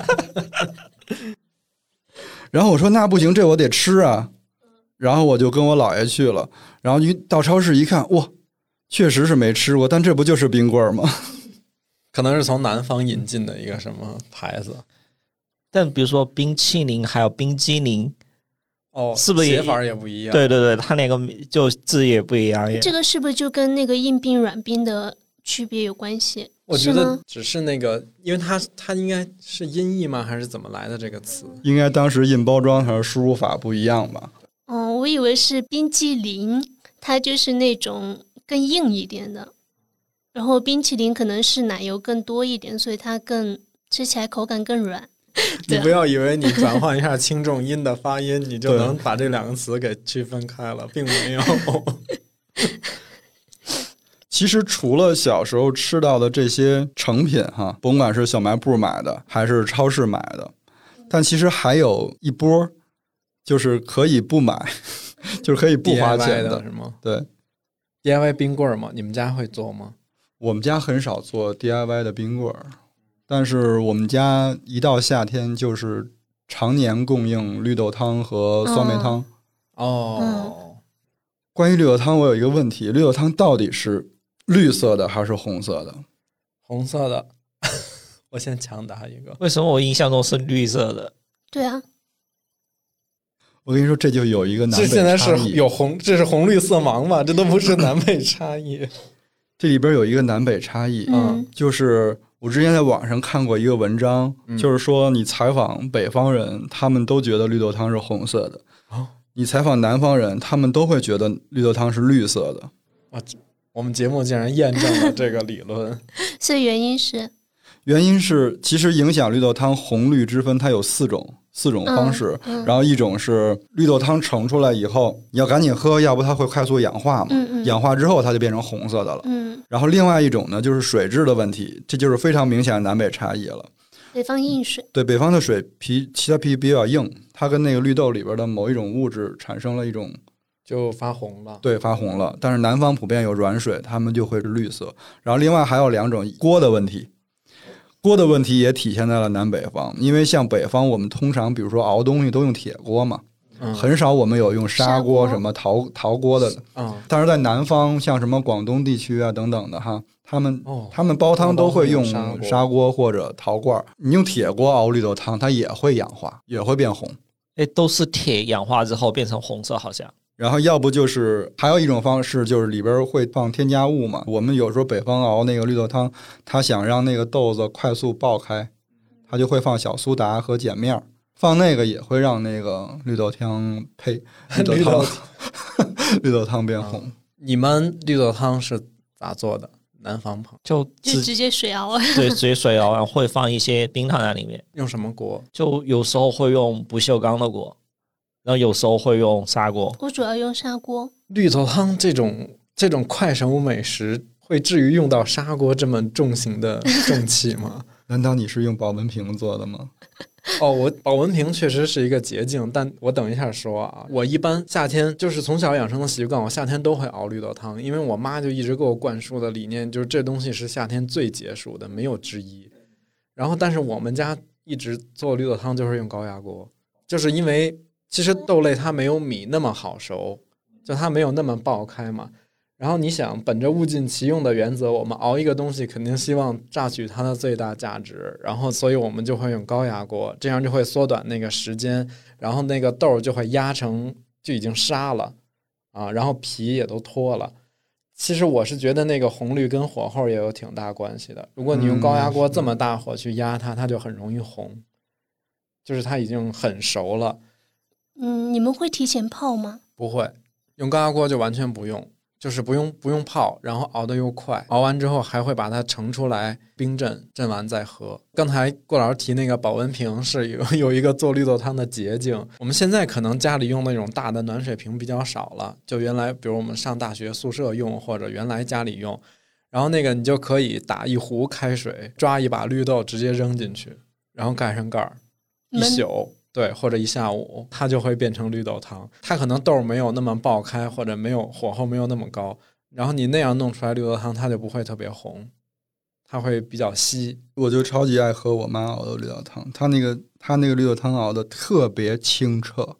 Speaker 4: 然后我说那不行，这我得吃啊。然后我就跟我姥爷去了，然后一到超市一看，哇，确实是没吃过，但这不就是冰棍儿吗？
Speaker 3: 可能是从南方引进的一个什么牌子
Speaker 2: 但比如说冰淇淋还有冰激凌，
Speaker 3: 哦，
Speaker 2: 是不是也
Speaker 3: 写法儿也不一样？
Speaker 2: 对对对，它那个就字也不一样也。
Speaker 1: 这个是不是就跟那个硬冰软冰的区别有关系？
Speaker 3: 我觉
Speaker 1: 是
Speaker 3: 得
Speaker 1: 吗
Speaker 3: 只是那个，因为它它应该是音译吗？还是怎么来的这个词？
Speaker 4: 应该当时印包装还是输入法不一样吧？
Speaker 1: 哦，我以为是冰激凌，它就是那种更硬一点的，然后冰淇淋可能是奶油更多一点，所以它更吃起来口感更软。对
Speaker 3: 你
Speaker 1: 啊
Speaker 3: 不要以为你转换一下轻重音的发音，你就
Speaker 4: 对
Speaker 3: 能把这两个词给区分开了，并没有。
Speaker 4: 其实除了小时候吃到的这些成品哈，甭管是小卖部买的还是超市买的，但其实还有一波儿，就是可以不买， 就是可以不花
Speaker 3: DIY
Speaker 4: 钱
Speaker 3: 的是吗
Speaker 4: 对，
Speaker 3: ？DIY 冰棍儿吗？你们家会做吗？
Speaker 4: 我们家很少做 DIY 的冰棍儿，但是我们家一到夏天就是常年供应绿豆汤和酸梅汤。
Speaker 3: 哦，
Speaker 4: 关于绿豆汤，我有一个问题：绿豆汤到底是绿色的还是红色的？
Speaker 3: 红色的， 我先抢答一个。
Speaker 2: 为什么我印象中是绿色的？
Speaker 1: 对啊，
Speaker 4: 我跟你说，这就有一个南
Speaker 3: 这
Speaker 4: 北
Speaker 3: 现在是
Speaker 4: 差异。
Speaker 3: 有红，这是红绿色盲吧？这都不是南北差异。
Speaker 4: 这里边有一个南北差异，
Speaker 1: 嗯，
Speaker 4: 就是我之前在网上看过一个文章，
Speaker 3: 嗯
Speaker 4: 就是说你采访北方人，他们都觉得绿豆汤是红色的；
Speaker 3: 哦
Speaker 4: 你采访南方人，他们都会觉得绿豆汤是绿色的。
Speaker 3: 我我们节目竟然验证了这个理论。
Speaker 1: 所以原因是
Speaker 4: 原因是，其实影响绿豆汤红绿之分它有四种，四种方式，
Speaker 1: 嗯
Speaker 4: 然后一种是绿豆汤盛出来以后，你要赶紧喝，要不它会快速氧化嘛，
Speaker 1: 嗯嗯
Speaker 4: 氧化之后它就变成红色的了。
Speaker 1: 嗯，
Speaker 4: 然后另外一种呢，就是水质的问题，这就是非常明显的南北差异了。
Speaker 1: 北方硬水，
Speaker 4: 对，北方的水皮，其他皮比较硬，它跟那个绿豆里边的某一种物质产生了一种
Speaker 3: 就发红了。
Speaker 4: 对发红了，但是南方普遍有软水，它们就会是绿色。然后另外还有两种锅的问题，锅的问题也体现在了南北方，因为像北方我们通常比如说熬东西都用铁锅嘛，
Speaker 3: 嗯
Speaker 4: 很少我们有用砂
Speaker 1: 砂锅
Speaker 4: 锅什么陶陶锅的，
Speaker 3: 嗯，
Speaker 4: 但是在南方，像什么广东地区啊等等的哈，他们、
Speaker 3: 哦
Speaker 4: 他们煲汤都会用
Speaker 3: 他们煲汤用砂锅
Speaker 4: 砂锅或者陶罐儿，你用铁锅熬绿豆汤，它也会氧化，也会变红。
Speaker 2: 哎，都是铁氧化之后变成红色，好像
Speaker 4: 然后要不就是还有一种方式，就是里边儿会放添加物嘛。我们有时候北方熬那个绿豆汤，它想让那个豆子快速爆开，它就会放小苏打和碱面儿，放那个也会让那个绿豆汤 呸，绿豆
Speaker 3: 绿豆啊
Speaker 4: 汤 绿豆汤变红。
Speaker 3: 你们绿豆汤是咋做的？南方朋友
Speaker 2: 就
Speaker 1: 就
Speaker 2: 直
Speaker 1: 直接水熬。
Speaker 2: 对直接水熬完会放一些冰糖在里面，
Speaker 3: 用什么锅？
Speaker 2: 就有时候会用不锈钢的锅，然后有时候会用砂锅。
Speaker 1: 我主要用砂锅，
Speaker 3: 绿豆汤这种这种快手美食，会至于用到砂锅这么重型的 重器吗？
Speaker 4: 难道你是用保温瓶做的吗？
Speaker 3: 哦，我保温瓶确实是一个捷径，但我等一下说啊。我一般夏天就是从小养成的习惯，我夏天都会熬绿豆汤，因为我妈就一直给我灌输的理念就是这东西是夏天最解暑的，没有之一。然后，但是我们家一直做绿豆汤就是用高压锅，就是因为其实豆类它没有米那么好熟，就它没有那么爆开嘛。然后你想，本着物尽其用的原则，我们熬一个东西，肯定希望榨取它的最大价值。然后，所以我们就会用高压锅，这样就会缩短那个时间，然后那个豆儿就会压成就已经沙了啊，然后皮也都脱了。其实我是觉得那个红绿跟火候也有挺大关系的。如果你用高压锅这么大火去压它，它就很容易红，就是它已经很熟了。
Speaker 1: 嗯，你们会提前泡吗？
Speaker 3: 不会，用高压锅就完全不用，就是不用不用泡，然后熬的又快，熬完之后还会把它盛出来冰镇，镇完再喝。刚才顾老师提那个保温瓶是有 有一个做绿豆汤的捷径，我们现在可能家里用那种大的暖水瓶比较少了，就原来比如我们上大学宿舍用或者原来家里用，然后那个你就可以打一壶开水，抓一把绿豆直接扔进去，然后盖上盖儿，一
Speaker 1: 焖
Speaker 3: 宿，对，或者一下午，它就会变成绿豆汤。它可能豆儿没有那么爆开，或者没有火候没有那么高，然后你那样弄出来绿豆汤，它就不会特别红，它会比较稀。
Speaker 4: 我就超级爱喝我妈熬的绿豆汤，她那个她那个绿豆汤熬的特别清澈，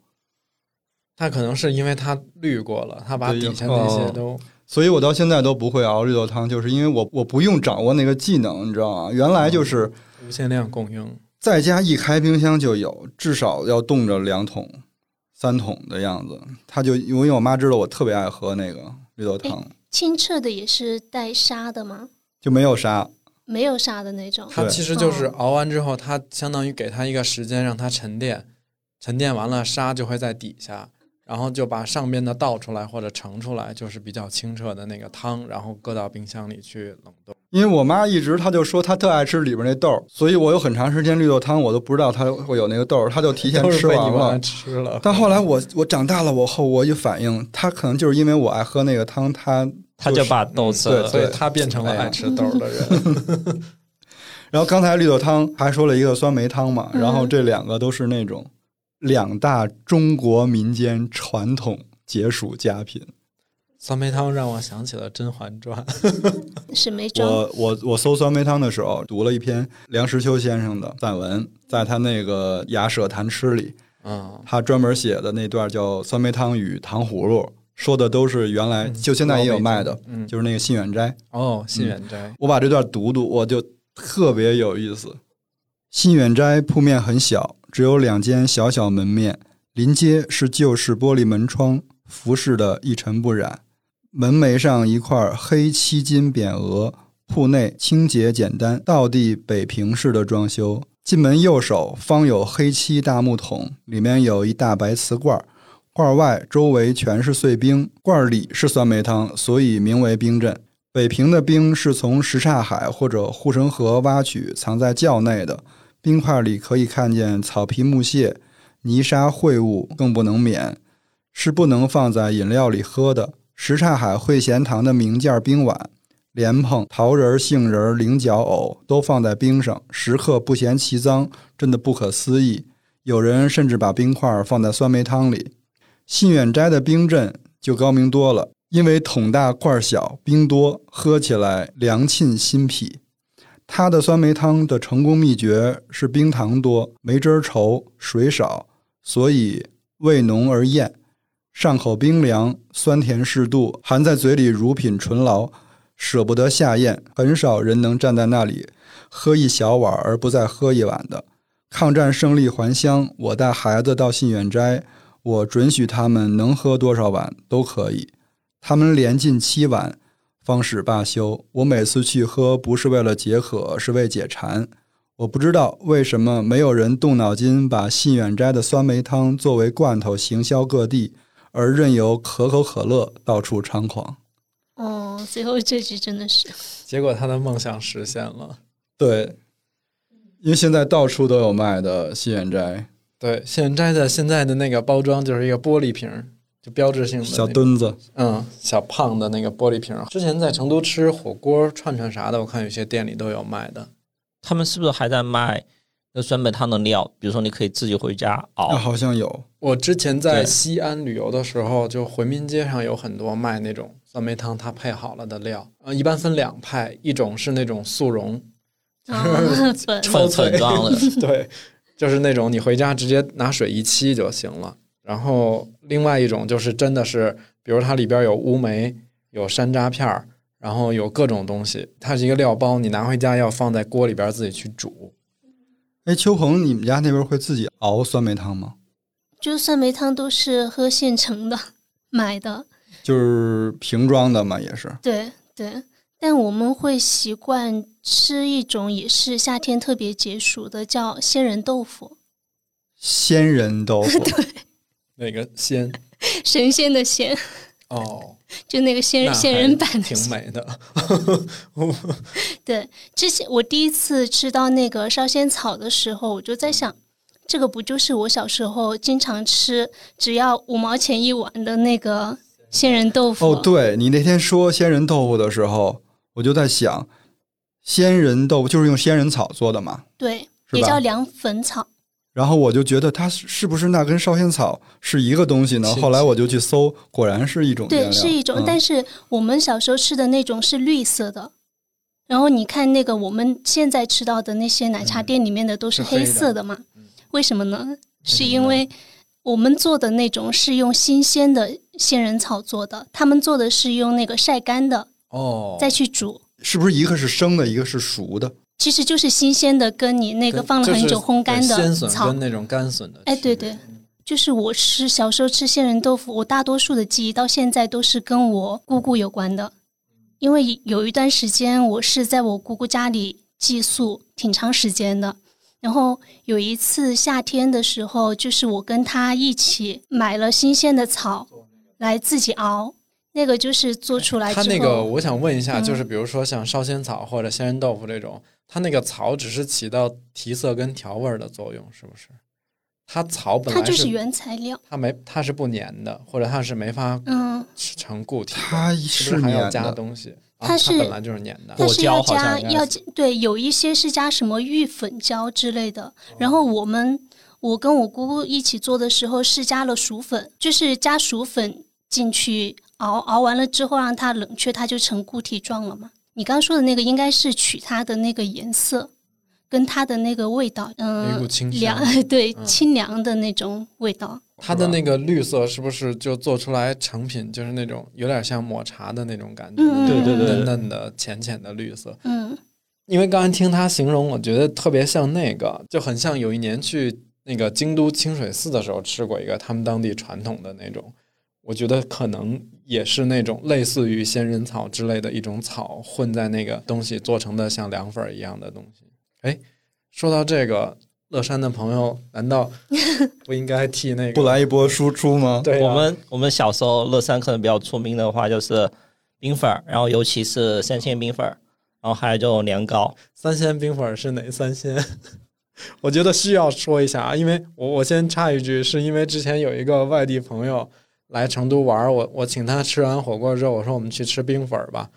Speaker 3: 它可能是因为它滤过了，它把
Speaker 4: 对
Speaker 3: 底下那些
Speaker 4: 哦
Speaker 3: 都
Speaker 4: 所以我到现在都不会熬绿豆汤，就是因为我我不用掌握那个技能，你知道吗？原来
Speaker 3: 嗯
Speaker 4: 就是
Speaker 3: 无限量供应。
Speaker 4: 在家一开冰箱就有，至少要冻着两桶、三桶的样子。她就因为我妈知道我特别爱喝那个绿豆汤，
Speaker 1: 清澈的也是带沙的吗？
Speaker 4: 就没有啥，
Speaker 1: 没有沙的那种。
Speaker 3: 它
Speaker 4: 对
Speaker 3: 其实就是
Speaker 1: 哦
Speaker 3: 熬完之后，它相当于给它一个时间让它沉淀，沉淀完了沙就会在底下，然后就把上边的倒出来或者盛出来，就是比较清澈的那个汤，然后搁到冰箱里去冷冻。
Speaker 4: 因为我妈一直她就说她特爱吃里边那豆儿，所以我有很长时间绿豆汤我都不知道它会有那个豆儿，她就提前
Speaker 3: 都是
Speaker 4: 吃
Speaker 3: 被
Speaker 4: 完
Speaker 3: 你
Speaker 4: 了
Speaker 3: 妈。吃了。
Speaker 4: 但后来我我长大了，我后我有反应，他可能就是因为我爱喝那个汤，他
Speaker 2: 他就把豆子、
Speaker 4: 对
Speaker 3: 所以他变成了爱吃豆儿的 人。
Speaker 4: 然后刚才绿豆汤还说了一个酸梅汤嘛，
Speaker 1: 嗯
Speaker 4: 然后这两个都是那种两大中国民间传统解暑佳品。
Speaker 3: 酸梅汤让我想起了《甄嬛传》，
Speaker 1: 沈眉庄，
Speaker 4: 我我我搜酸梅汤的时候，读了一篇梁实秋先生的散文，在他那个《雅舍谈诗》里，
Speaker 3: 嗯，
Speaker 4: 他专门写的那段叫《酸梅汤与糖葫芦》，说的都是原来就现在也有卖的，
Speaker 3: 嗯，
Speaker 4: 就是那嗯个信远斋。
Speaker 3: 哦，信远斋，
Speaker 4: 我把这段读读，我就特别有意思。信远斋铺面很小，只有两间小小门面，临街是旧式玻璃门窗，服饰的一尘不染。门楣上一块黑漆金匾额，铺内清洁简单，道地北平式的装修。进门右手方有黑漆大木桶，里面有一大白瓷罐儿，罐儿外周围全是碎冰，罐儿里是酸梅汤，所以名为冰镇。北平的冰是从什刹海或者护城河挖取，藏在窖内的。冰块里可以看见草皮木屑、泥沙秽物更不能免，是不能放在饮料里喝的。什刹海会贤堂的名件冰碗、莲蓬、桃仁儿、杏仁儿、菱角藕都放在冰上，食客不嫌其脏，真的不可思议。有人甚至把冰块儿放在酸梅汤里。信远斋的冰镇就高明多了，因为桶大块儿小，冰多，喝起来凉沁心脾。它的酸梅汤的成功秘诀是冰糖多、梅汁儿稠、水少，所以味浓而艳，上口冰凉，酸甜适度，含在嘴里如品醇醪，舍不得下咽。很少人能站在那里喝一小碗而不再喝一碗的。抗战胜利还乡，我带孩子到信远斋，我准许他们能喝多少碗都可以，他们连进七碗方始罢休。我每次去喝不是为了解渴，是为解馋。我不知道为什么没有人动脑筋把信远斋的酸梅汤作为罐头行销各地，而任由可口可乐到处猖狂。
Speaker 1: 哦，最后这句真的 是，
Speaker 3: 结果他的梦想实现了。
Speaker 4: 对，因为现在到处都有卖的信远斋
Speaker 3: 对，现摘的现在的那个包装就是一个玻璃瓶儿，就标志性的
Speaker 4: 小
Speaker 3: 那个
Speaker 4: 墩子，
Speaker 3: 嗯，小胖的那个玻璃瓶儿。之前在成都吃火锅、串串啥的，我看有些店里都有卖的。
Speaker 5: 他们是不是还在卖那酸梅汤的料？比如说，你可以自己回家熬。
Speaker 3: 哦
Speaker 4: 啊，好像有。
Speaker 3: 我之前在
Speaker 5: 对
Speaker 3: 西安旅游的时候，就回民街上有很多卖那种酸梅汤，它配好了的料。呃，一般分两派，一种是那种速溶，
Speaker 1: 啊，本
Speaker 3: 抽
Speaker 5: 粉
Speaker 3: 脆
Speaker 5: 粉状的
Speaker 3: 对，就是那种你回家直接拿水一沏就行了。然后另外一种就是真的是，比如它里边有乌梅、有山楂片儿，然后有各种东西，它是一个料包，你拿回家要放在锅里边自己去煮。
Speaker 4: 哎，秋鹏，你们家那边会自己熬酸梅汤吗？
Speaker 1: 就是酸梅汤都是喝现成的，买的，
Speaker 4: 就是瓶装的嘛，也是。
Speaker 1: 对对。但我们会习惯吃一种也是夏天特别解暑的，叫仙人豆腐，
Speaker 4: 仙人 豆腐，
Speaker 3: 那个鲜
Speaker 1: 神仙的仙，
Speaker 3: 哦，
Speaker 1: 就那个仙
Speaker 3: 那
Speaker 1: 人
Speaker 3: 还
Speaker 1: 仙人板的
Speaker 3: 挺
Speaker 1: 仙。
Speaker 3: 美的。
Speaker 1: 对，之前我第一次吃到那个烧仙草的时候，我就在想，这个不就是我小时候经常吃，只要五毛钱一碗的那个仙人豆腐？
Speaker 4: 哦，对你那天说仙人豆腐的时候，我就在想，仙人豆腐就是用仙人草做的嘛。
Speaker 1: 对，
Speaker 4: 是
Speaker 1: 也
Speaker 4: 吧
Speaker 1: 叫凉粉草。
Speaker 4: 然后我就觉得它是是不是那跟烧仙草是一个东西呢？
Speaker 3: 亲
Speaker 4: 后来我就去搜，果然是一种原
Speaker 1: 对，
Speaker 4: 料
Speaker 1: 是一种，但
Speaker 4: 嗯、
Speaker 1: 是我们小时候吃的那种是绿色的，然后你看那个我们现在吃到的那些奶茶店里面的都是
Speaker 3: 嗯是黑
Speaker 1: 黑
Speaker 3: 的嗯
Speaker 1: 色的嘛？为什么呢？是因
Speaker 3: 呢
Speaker 1: 为我们做的那种是用新鲜的仙人草做的，他们做的是用那个晒干的
Speaker 3: 哦，
Speaker 1: 再去煮，
Speaker 4: 是不是一个是生的，一个是熟的？
Speaker 1: 其实就是新鲜的，跟你那个放了
Speaker 3: 就
Speaker 1: 很
Speaker 3: 是
Speaker 1: 久烘干
Speaker 3: 对鲜
Speaker 1: 的
Speaker 3: 笋
Speaker 1: 草
Speaker 3: 跟。那种干笋的区别。
Speaker 1: 哎，对对，就是我吃小时候吃仙人豆腐，我大多数的记忆到现在都是跟我姑姑有关的，因为有一段时间我是在我姑姑家里寄宿挺长时间的。然后有一次夏天的时候，就是我跟她一起买了新鲜的草来自己熬，那个就是做出来之
Speaker 3: 它
Speaker 1: 后，
Speaker 3: 哎那个，我想问一下，
Speaker 1: 嗯
Speaker 3: 就是比如说像烧仙草或者仙人豆腐这种，它那个草只是起到提色跟调味儿的作用，是不是？它草本
Speaker 1: 它
Speaker 3: 来
Speaker 1: 就是原材料，
Speaker 3: 它没它是不粘的，或者它是没法
Speaker 1: 嗯，
Speaker 3: 成固体的，
Speaker 4: 它
Speaker 3: 是不
Speaker 4: 是
Speaker 3: 还要
Speaker 4: 粘
Speaker 3: 加
Speaker 4: 的
Speaker 3: 东西？啊
Speaker 1: 它
Speaker 3: 它
Speaker 1: 是
Speaker 3: 本来就是粘的
Speaker 1: 它
Speaker 5: 果
Speaker 1: 是
Speaker 5: 胶
Speaker 1: 要
Speaker 5: 好
Speaker 1: 加
Speaker 5: 像
Speaker 3: 应该
Speaker 1: 要
Speaker 3: 是
Speaker 1: 加对，有一些是加什么玉粉胶之类
Speaker 3: 哦
Speaker 1: 的。然后我们我跟我姑姑一起做的时候是加了薯粉，就是加薯粉进去熬，熬完了之后让它冷却，它就成固体状了嘛。你刚说的那个应该是取它的那个颜色，跟它的那个味道，
Speaker 3: 有一
Speaker 1: 嗯、
Speaker 3: 股清香。
Speaker 1: 凉 对
Speaker 3: 嗯
Speaker 1: 清凉的那种味道。
Speaker 3: 它的那个绿色是不是就做出来成品就是那种有点像抹茶的那种感觉？
Speaker 1: 嗯嗯
Speaker 3: 那种
Speaker 1: 对对对
Speaker 3: 嫩嫩的、浅浅的绿色。
Speaker 1: 嗯，
Speaker 3: 因为刚才听他形容，我觉得特别像那个，就很像有一年去那个京都清水寺的时候吃过一个他们当地传统的那种，我觉得可能也是那种类似于仙人草之类的一种草混在那个东西做成的像凉粉儿一样的东西。哎，说到这个，乐山的朋友 难道不应该替那个
Speaker 4: 不来一波输出 吗？
Speaker 3: 对啊
Speaker 5: 我们我们小时候乐山可能比较出名的话就是冰粉儿，然后尤其是三鲜冰粉儿，然后还有就年糕。
Speaker 3: 三鲜冰粉儿是哪三鲜？ 我觉得需要说一下啊，因为我我先插一句，是因为之前有一个外地朋友来成都玩儿，我我请他吃完火锅之后，我说我们去吃冰粉儿吧，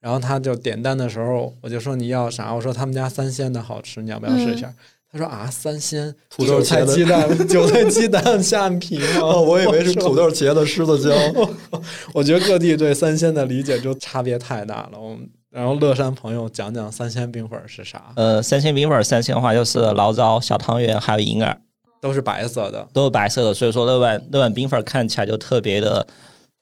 Speaker 3: 然后他就点单的时候，我就说你要啥？我说他们家三鲜的好吃，你要不要试一下？他说啊，三鲜
Speaker 4: 土豆
Speaker 3: 韭菜
Speaker 4: 茄子
Speaker 3: 鸡蛋，韭菜鸡蛋 下案皮吗？
Speaker 4: 哦，我以为是
Speaker 3: 说
Speaker 4: 土豆、茄子、狮子椒。
Speaker 3: 我觉得各地对三鲜的理解就差别太大了。我们然后乐山朋友讲讲三鲜冰粉是啥，
Speaker 5: 呃，三鲜冰粉儿三鲜的话就是醪糟、小汤圆还有银耳，
Speaker 3: 都是白色的。
Speaker 5: 都是白色的，所以说那碗那碗冰粉儿看起来就特别的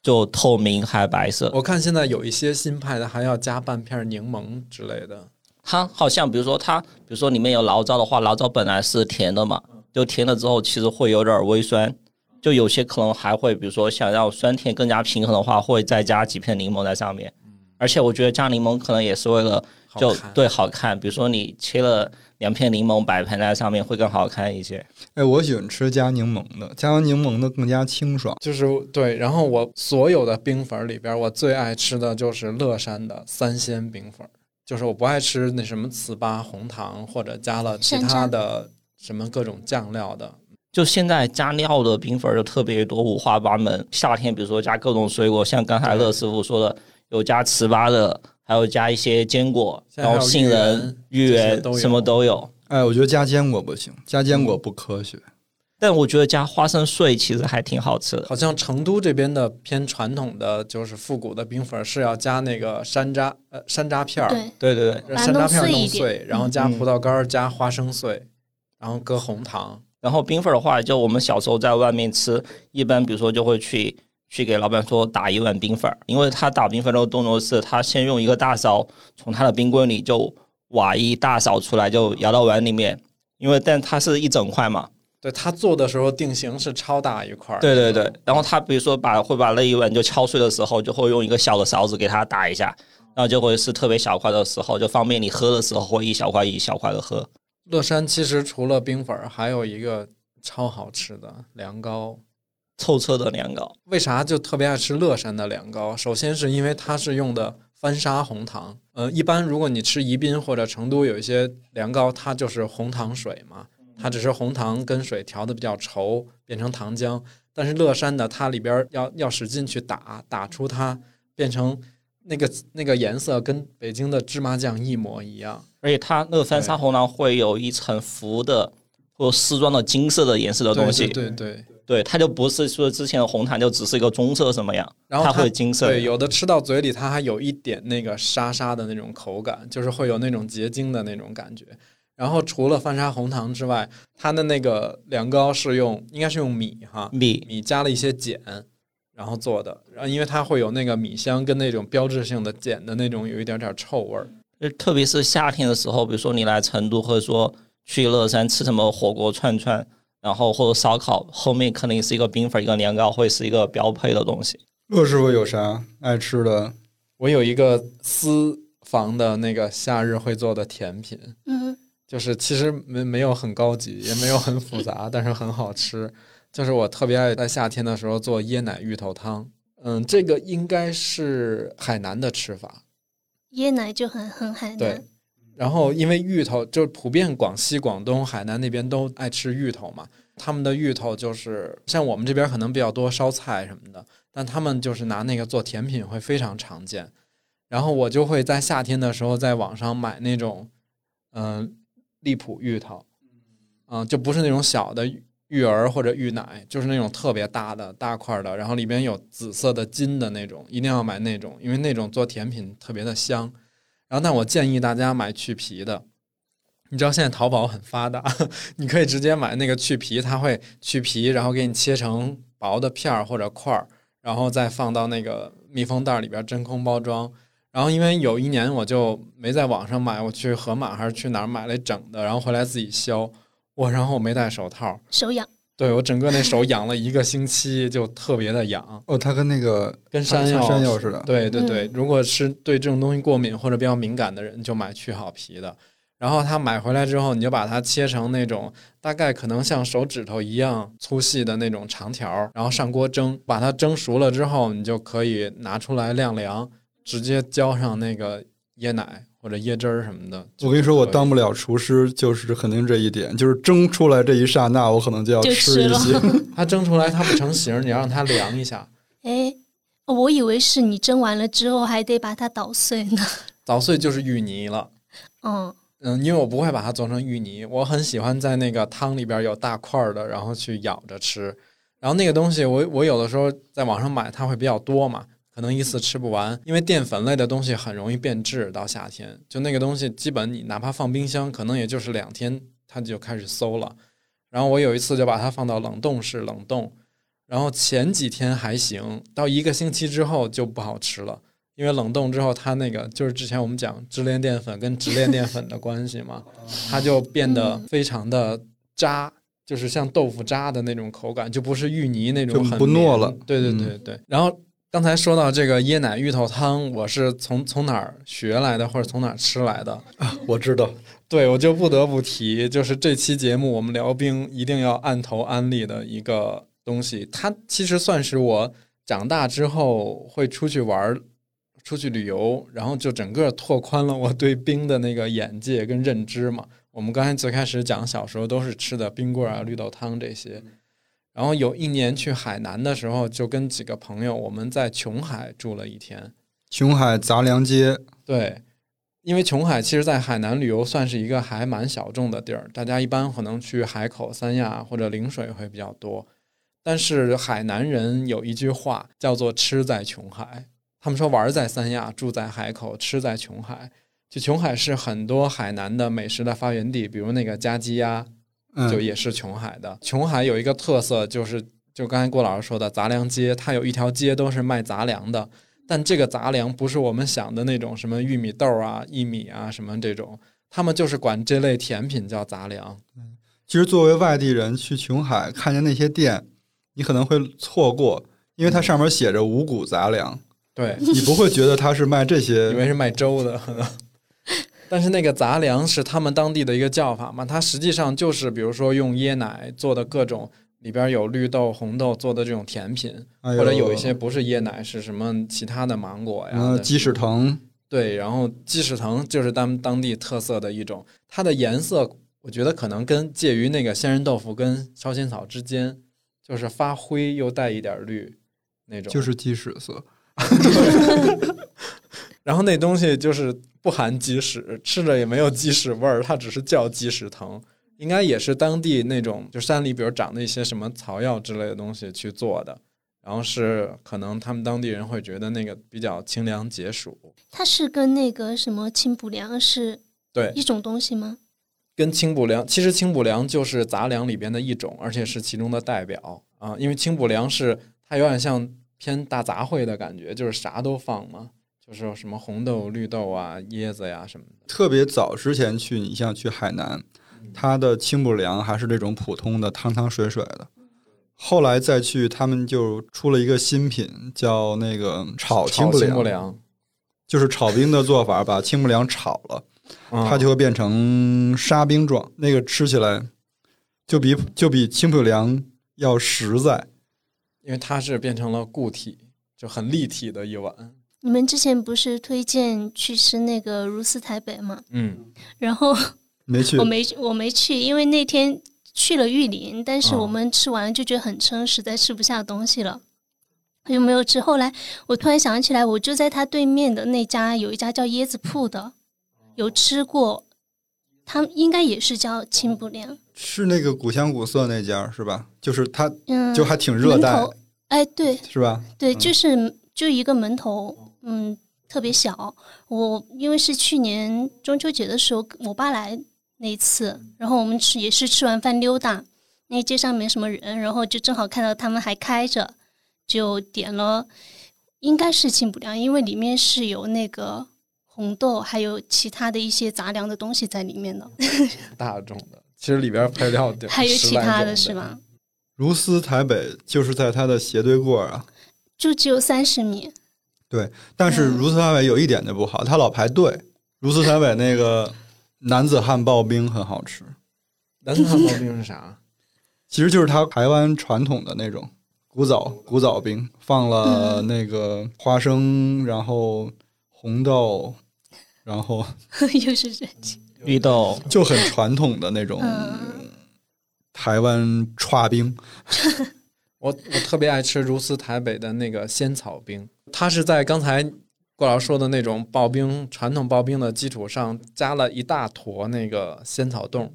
Speaker 5: 就透明还白色。
Speaker 3: 我看现在有一些新派的还要加半片柠檬之类的。
Speaker 5: 它好像比如说它，比如说里面有醪糟的话，醪糟本来是甜的嘛，就甜了之后其实会有点儿微酸，就有些可能还会比如说想要酸甜更加平衡的话，会再加几片柠檬在上面。而且我觉得加柠檬可能也是为了
Speaker 3: 好
Speaker 5: 就
Speaker 3: 看
Speaker 5: 对好看，比如说你切了两片柠檬摆盘在上面会更好看一些。
Speaker 4: 哎，我喜欢吃加柠檬的，加完柠檬的更加清爽。
Speaker 3: 就是对，然后我所有的冰粉里边，我最爱吃的就是乐山的三鲜冰粉，就是我不爱吃那什么糍粑、红糖或者加了其
Speaker 1: 山
Speaker 3: 他
Speaker 1: 楂
Speaker 3: 的什么各种酱料的。
Speaker 5: 就现在加料的冰粉儿就特别多，五花八门。夏天比如说加各种水果，像刚才乐师傅说的，有加糍粑的，还有加一些坚果，
Speaker 3: 现在
Speaker 5: 然
Speaker 3: 还有
Speaker 5: 后杏仁、芋
Speaker 3: 这些
Speaker 5: 圆
Speaker 3: 都有
Speaker 5: 什么都有。
Speaker 4: 哎，我觉得加坚果不行，加坚果不科学。
Speaker 5: 但我觉得加花生碎其实还挺好吃的。
Speaker 3: 好像成都这边的偏传统的就是复古的冰粉是要加那个山楂呃山楂片儿，
Speaker 1: 对，
Speaker 5: 对对
Speaker 1: 把
Speaker 5: 对，
Speaker 1: 它
Speaker 3: 山楂片儿
Speaker 1: 弄碎
Speaker 3: 弄
Speaker 1: 一点
Speaker 3: 碎，
Speaker 5: 嗯
Speaker 3: 然后加葡萄干儿、加花生碎，然后搁红糖。
Speaker 5: 然后冰粉儿的话，就我们小时候在外面吃，一般比如说就会去去给老板说打一碗冰粉儿，因为他打冰粉儿的动作是他先用一个大勺从他的冰棍里就挖一大勺出来，就舀到碗里面，因为但它是一整块嘛。
Speaker 3: 对他做的时候定型是超大一块儿，
Speaker 5: 对对对，然后他比如说把会把那一碗就敲碎的时候，就会用一个小的勺子给它打一下，然后就会是特别小块的时候，就方便你喝的时候会一小块一小块的喝。
Speaker 3: 乐山其实除了冰粉儿，还有一个超好吃的凉糕。
Speaker 5: 透彻的凉糕，
Speaker 3: 为啥就特别爱吃乐山的凉糕？首先是因为它是用的番砂红糖，呃，一般如果你吃宜宾或者成都有一些凉糕，它就是红糖水嘛，它只是红糖跟水调的比较稠，变成糖浆。但是乐山的它里边儿要要使劲去打，打出它变成那个那个颜色跟北京的芝麻酱一模一样。
Speaker 5: 而且它那个翻砂红糖会有一层浮的或丝状的金色的颜色的
Speaker 3: 对
Speaker 5: 东西，
Speaker 3: 对对对。
Speaker 5: 对它就不是说之前的红糖就只是一个棕色什么样，
Speaker 3: 然后
Speaker 5: 它会金色的
Speaker 3: 对，有的吃到嘴里，它还有一点那个沙沙的那种口感，就是会有那种结晶的那种感觉。然后除了番砂红糖之外，它的那个凉糕是用应该是用米哈，
Speaker 5: 米。
Speaker 3: 米加了一些碱，然后做的。然后因为它会有那个米香跟那种标志性的碱的那种有一点点臭味儿。
Speaker 5: 就特别是夏天的时候，比如说你来成都，或者说去乐山吃什么火锅串串，然后或者烧烤，后面肯定是一个冰粉，一个凉糕，会是一个标配的东西。
Speaker 4: 乐师傅有啥爱吃的？
Speaker 3: 我有一个私房的那个夏日会做的甜品，
Speaker 1: 嗯，
Speaker 3: 就是其实没没有很高级，也没有很复杂，但是很好吃。就是我特别爱在夏天的时候做椰奶芋头汤，嗯，这个应该是海南的吃法，
Speaker 1: 椰奶就很很海
Speaker 3: 对
Speaker 1: 南，。
Speaker 3: 然后因为芋头就是普遍广西、广东、海南那边都爱吃芋头嘛，他们的芋头就是像我们这边可能比较多烧菜什么的，但他们就是拿那个做甜品会非常常见。然后我就会在夏天的时候在网上买那种，嗯、荔浦芋头，嗯、就不是那种小的芋芋儿或者芋奶，就是那种特别大的大块儿的，然后里边有紫色的筋的那种，一定要买那种，因为那种做甜品特别的香。然后，但我建议大家买去皮的。你知道现在淘宝很发达， 你可以直接买那个去皮，它会去皮，然后给你切成薄的片儿或者块儿，然后再放到那个密封袋里边真空包装。然后因为有一年我就没在网上买，我去盒马还是去哪儿买了整的，然后回来自己削。我然后我没戴手套，
Speaker 1: 手痒。
Speaker 3: 对我整个那手痒了一个星期，就特别的痒，
Speaker 4: 哦，它跟那个
Speaker 3: 跟山药
Speaker 4: 山药似的。
Speaker 3: 对对对，如果是对这种东西过敏或者比较敏感的人，就买去好皮的。然后它买回来之后，你就把它切成那种大概可能像手指头一样粗细的那种长条儿，然后上锅蒸。把它蒸熟了之后，你就可以拿出来晾凉，直接浇上那个椰奶或或者椰汁儿什么的。
Speaker 4: 我跟你说，
Speaker 3: 就
Speaker 4: 我
Speaker 3: 可以
Speaker 4: 当不了厨师，就是肯定这一点，就是蒸出来这一刹那，我可能就要
Speaker 1: 就吃
Speaker 4: 吃一
Speaker 1: 了
Speaker 4: 些。
Speaker 3: 它蒸出来它不成形，你让它凉一下，
Speaker 1: 哎，我以为是你蒸完了之后还得把它捣碎呢。
Speaker 3: 捣碎就是芋泥了。
Speaker 1: 嗯，
Speaker 3: 嗯，因为我不会把它做成芋泥，我很喜欢在那个汤里边有大块儿的，然后去舀着吃。然后那个东西我，我有的时候在网上买，它会比较多嘛，可能一次吃不完，因为淀粉类的东西很容易变质，到夏天就那个东西，基本你哪怕放冰箱，可能也就是两天它就开始馊了。然后我有一次就把它放到冷冻室冷冻，然后前几天还行，到一个星期之后就不好吃了。因为冷冻之后，它那个就是之前我们讲支链淀粉跟直链淀粉的关系 嘛，
Speaker 4: 哦
Speaker 3: 它就变得非常的渣，就是像豆腐渣的那种口感，就不是芋泥那种
Speaker 4: 就
Speaker 3: 很
Speaker 4: 不
Speaker 3: 黏
Speaker 4: 糯了嗯
Speaker 3: 对对对对。然后刚才说到这个椰奶芋头汤，我是从从哪儿学来的，或者从哪儿吃来的？
Speaker 4: 我知道，
Speaker 3: 对，我就不得不提，就是这期节目我们聊冰一定要按头安利的一个东西，它其实算是我长大之后会出去玩儿、出去旅游，然后就整个拓宽了我对冰的那个眼界跟认知嘛。我们刚才最开始讲小时候都是吃的冰棍儿啊、绿豆汤这些，然后有一年去海南的时候，就跟几个朋友我们在琼海住了一天，
Speaker 4: 琼海杂粮街，
Speaker 3: 对，因为琼海其实，在海南旅游算是一个还蛮小众的地儿，大家一般可能去海口、三亚或者陵水会比较多。但是海南人有一句话叫做“吃在琼海”，他们说玩儿在三亚，住在海口，吃在琼海。就琼海是很多海南的美食的发源地，比如那个家鸡呀、就
Speaker 4: 嗯，
Speaker 3: 也是琼海的。琼海有一个特色就是，就刚才郭老师说的杂粮街，它有一条街都是卖杂粮的，但这个杂粮不是我们想的那种什么玉米豆啊、薏米啊什么这种，他们就是管这类甜品叫杂粮。
Speaker 4: 其实作为外地人去琼海看见那些店，你可能会错过，因为它上面写着五谷 杂粮，
Speaker 3: 对，
Speaker 4: 你不会觉得它是卖这些
Speaker 3: 以为是卖粥的。但是那个杂粮是他们当地的一个叫法嘛，它实际上就是比如说用椰奶做的各种里边有绿豆、红豆做的这种甜品，
Speaker 4: 哎呦
Speaker 3: 或者有一些不是椰奶是什么其他的芒果
Speaker 4: 什
Speaker 3: 呀
Speaker 4: 么
Speaker 3: 的
Speaker 4: 鸡屎藤，
Speaker 3: 对，然后鸡屎藤就是他们当地特色的一种，它的颜色我觉得可能跟介于那个鲜仁豆腐跟烧仙草之间，就是发灰又带一点绿那种。
Speaker 4: 就是鸡屎色。
Speaker 3: 然后那东西就是不含鸡屎，吃着也没有鸡屎味儿，它只是叫鸡屎藤，应该也是当地那种就山里比如长的一些什么草药之类的东西去做的。然后是可能他们当地人会觉得那个比较清凉解暑，
Speaker 1: 它是跟那个什么清补凉是
Speaker 3: 对，
Speaker 1: 一种东西吗？
Speaker 3: 跟清补凉，其实清补凉就是杂粮里边的一种，而且是其中的代表啊。因为清补凉是它有点像偏大杂烩的感觉，就是啥都放嘛，就是有什么红豆、绿豆啊、椰子呀、什么的。
Speaker 4: 特别早之前去，你像去海南，它的清补凉还是这种普通的汤汤水水的。后来再去，他们就出了一个新品，叫那个炒清
Speaker 3: 炒
Speaker 4: 补
Speaker 3: 清
Speaker 4: 哦凉，
Speaker 3: 补凉，
Speaker 4: 就是炒冰的做法，把清补凉炒了，
Speaker 3: 嗯
Speaker 4: 它就会变成沙冰状。那个吃起来就比就比清补凉要实在。
Speaker 3: 因为它是变成了固体，就很立体的一碗。
Speaker 1: 你们之前不是推荐去吃那个如斯台北吗？
Speaker 3: 嗯，
Speaker 1: 然后
Speaker 4: 没去
Speaker 1: 我，没我没去，因为那天去了玉林，但是
Speaker 3: 哦
Speaker 1: 我们吃完了就觉得很撑，实在吃不下东西了，就没有吃。后来我突然想起来，我就在他对面的那家有一家叫椰子铺的，有吃过，他们应该也是叫清补凉，
Speaker 4: 是那个古香古色那家是吧？就是它
Speaker 1: 嗯，
Speaker 4: 就还挺热
Speaker 1: 门
Speaker 4: 带嗯
Speaker 1: 头，哎，对
Speaker 4: 是吧？
Speaker 1: 对，就是就一个门头，嗯，特别小。我因为是去年中秋节的时候，我爸来那一次，
Speaker 4: 嗯
Speaker 1: 然后我们吃也是吃完饭溜达，那街上没什么人，然后就正好看到他们还开着，就点了，应该是清补凉，因为里面是有那个红豆，还有其他的一些杂粮的东西在里面的，
Speaker 3: 大众的，其实里边配料得
Speaker 1: 还有
Speaker 3: 10
Speaker 1: 其
Speaker 3: 来
Speaker 1: 他
Speaker 3: 种
Speaker 1: 的
Speaker 3: 的
Speaker 1: 是吧？？
Speaker 4: 如斯台北就是在它的斜对过啊，
Speaker 1: 就只有三十米，
Speaker 4: 但是如斯台北有一点就不好，它老排队。如斯台北那个男子汉刨冰很好吃，
Speaker 3: 南方刨冰是啥？
Speaker 4: 其实就是它台湾传统的那种古早古早冰，放了那个花生，然后红豆，然后
Speaker 1: 又是这，
Speaker 2: 绿豆
Speaker 4: 就很传统的那种
Speaker 1: 嗯，
Speaker 4: 台湾串冰，
Speaker 3: 我我特别爱吃如斯台北的那个仙草冰，它是在刚才郭老师说的那种刨冰传统刨冰的基础上，加了一大坨那个仙草冻，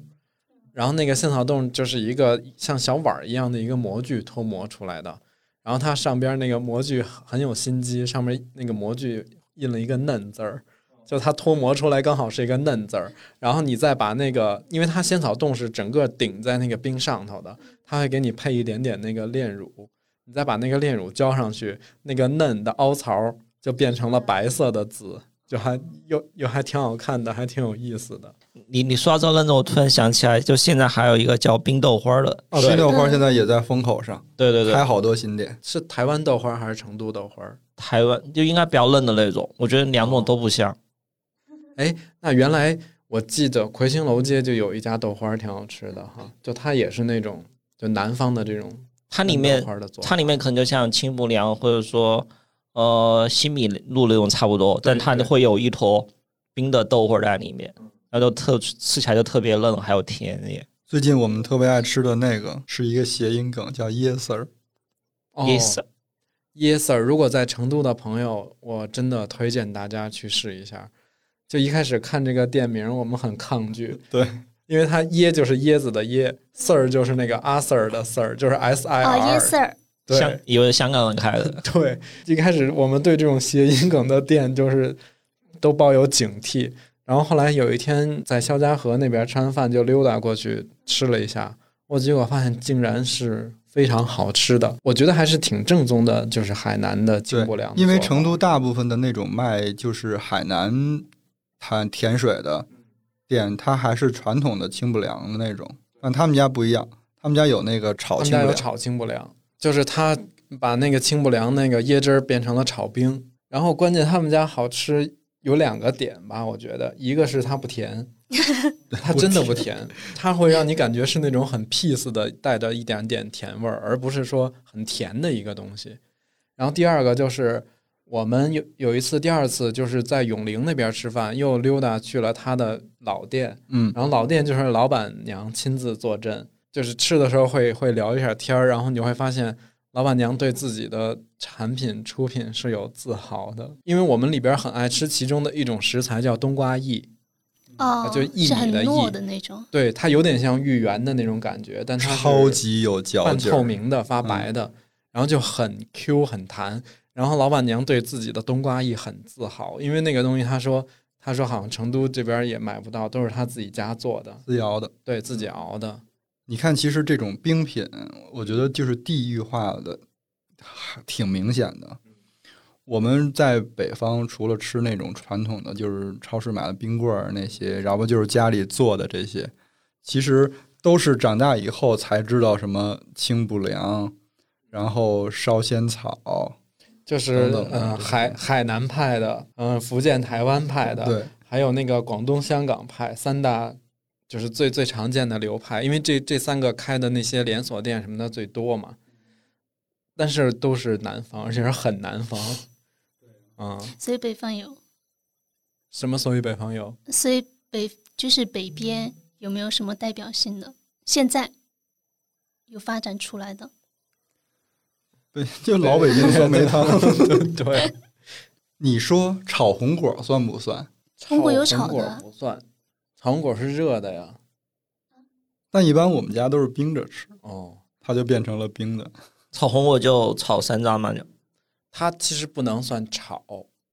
Speaker 3: 然后那个仙草冻就是一个像小碗儿一样的一个模具脱模出来的，然后它上边那个模具很有心机，上面那个模具印了一个嫩字儿。就它脱模出来刚好是一个嫩字儿，然后你再把那个，因为它仙草冻是整个顶在那个冰上头的，它会给你配一点点那个炼乳，你再把那个炼乳浇上去，那个嫩的凹槽就变成了白色的籽，就还又又还挺好看的，还挺有意思的。
Speaker 5: 你你说到这个认知，我突然想起来，就现在还有一个叫冰豆花儿的，
Speaker 3: 哦，
Speaker 4: 新
Speaker 3: 对，
Speaker 4: 六花现在也在风口上，
Speaker 5: 对啊对对，
Speaker 4: 开好多新店。
Speaker 3: 是台湾豆花儿还是成都豆花儿？
Speaker 5: 台湾就应该比较嫩的那种，我觉得两种都不像。
Speaker 3: 那原来我记得魁星楼街就有一家豆花儿挺好吃的哈，就它也是那种就南方的这种
Speaker 5: 它里
Speaker 3: 豆
Speaker 5: 面
Speaker 3: 花儿的做法，
Speaker 5: 它里面可能就像清补凉或者说呃西米露那种差不多，但它
Speaker 3: 对嗯
Speaker 5: 会有一坨冰的豆花儿在里面，然后就特吃起来就特别嫩，还有甜也。
Speaker 4: 最近我们特别爱吃的那个是一个谐音梗，叫椰丝儿。
Speaker 3: 哦
Speaker 5: 意思
Speaker 3: Yes sir，如果在成都的朋友，我真的推荐大家去试一下。就一开始看这个店名，我们很抗拒，
Speaker 4: 对，
Speaker 3: 因为它椰就是椰子的椰，sir 就是那个阿 sir 的 sir，就是 S I
Speaker 1: 啊
Speaker 3: R。
Speaker 1: ，yes sir，
Speaker 5: 香
Speaker 3: 对
Speaker 5: 有香港人开的，
Speaker 3: 对，一开始我们对这种谐音梗的店就是都抱有警惕。然后后来有一天在肖家河那边吃完饭，就溜达过去吃了一下，我结果发现竟然是非常好吃的，我觉得还是挺正宗的，就是海南的进
Speaker 4: 对
Speaker 3: 不了。，
Speaker 4: 因为成都大部分的那种卖就是海南产甜水的店，它还是传统的清补凉的那种，但他们家不一样，他们家有那个炒
Speaker 3: 他们
Speaker 4: 清
Speaker 3: 家
Speaker 4: 补
Speaker 3: 有
Speaker 4: 凉。
Speaker 3: 炒清补凉，就是他把那个清补凉那个椰汁儿变成了炒冰，然后关键他们家好吃有两个点吧，我觉得一个是它不甜，它真的不甜，它会让你感觉是那种很 peace 的，带着一点点甜味儿，而不是说很甜的一个东西。然后第二个就是我们有有一次，第二次就是在永陵那边吃饭，又溜达去了他的老店，
Speaker 4: 嗯，
Speaker 3: 然后老店就是老板娘亲自坐镇，就是吃的时候会会聊一下天儿，然后你会发现老板娘对自己的产品出品是有自豪的，因为我们里边很爱吃其中的一种食材叫冬瓜薏，
Speaker 1: 哦，
Speaker 3: 啊就薏
Speaker 1: 是很
Speaker 3: 米的
Speaker 1: 糯
Speaker 3: 薏
Speaker 1: 的那种，
Speaker 3: 对，它有点像芋圆的那种感觉，但它是
Speaker 4: 超级有嚼
Speaker 3: 半
Speaker 4: 劲
Speaker 3: 透
Speaker 4: 儿。嗯
Speaker 3: 明的发白的，然后就很 Q 很弹。然后老板娘对自己的冬瓜薏很自豪，因为那个东西她说她说好像成都这边也买不到，都是她自己家做的，
Speaker 4: 自摇的，
Speaker 3: 对自
Speaker 4: 嗯
Speaker 3: 己熬的。
Speaker 4: 你看，其实这种冰品，我觉得就是地域化的挺明显的。我们在北方除了吃那种传统的，就是超市买的冰棍儿那些，然后就是家里做的这些，其实都是长大以后才知道什么清补凉，然后烧仙草，
Speaker 3: 就是
Speaker 4: 等等
Speaker 3: 嗯、
Speaker 4: 等等
Speaker 3: 海海南派的，嗯、福建台湾派的，
Speaker 4: 对，
Speaker 3: 还有那个广东香港派三大，就是最最常见的流派，因为这这三个开的那些连锁店什么的最多嘛，但是都是南方，而且是很南方，嗯，
Speaker 1: 所以北方有，
Speaker 3: 什么所以北方有
Speaker 1: 所以北就是北边有没有什么代表性的？现在有发展出来的，
Speaker 4: 对，就老北京酸梅汤。
Speaker 3: 对，
Speaker 4: 你说炒红果儿算不算？
Speaker 1: 中国有
Speaker 3: 炒
Speaker 1: 炒
Speaker 3: 红果
Speaker 1: 的
Speaker 3: 不算，炒红果是热的呀，
Speaker 4: 但一般我们家都是冰着吃，
Speaker 3: 哦，
Speaker 4: 它就变成了冰的。
Speaker 5: 炒红我就炒三张嘛，就
Speaker 3: 它其实不能算炒，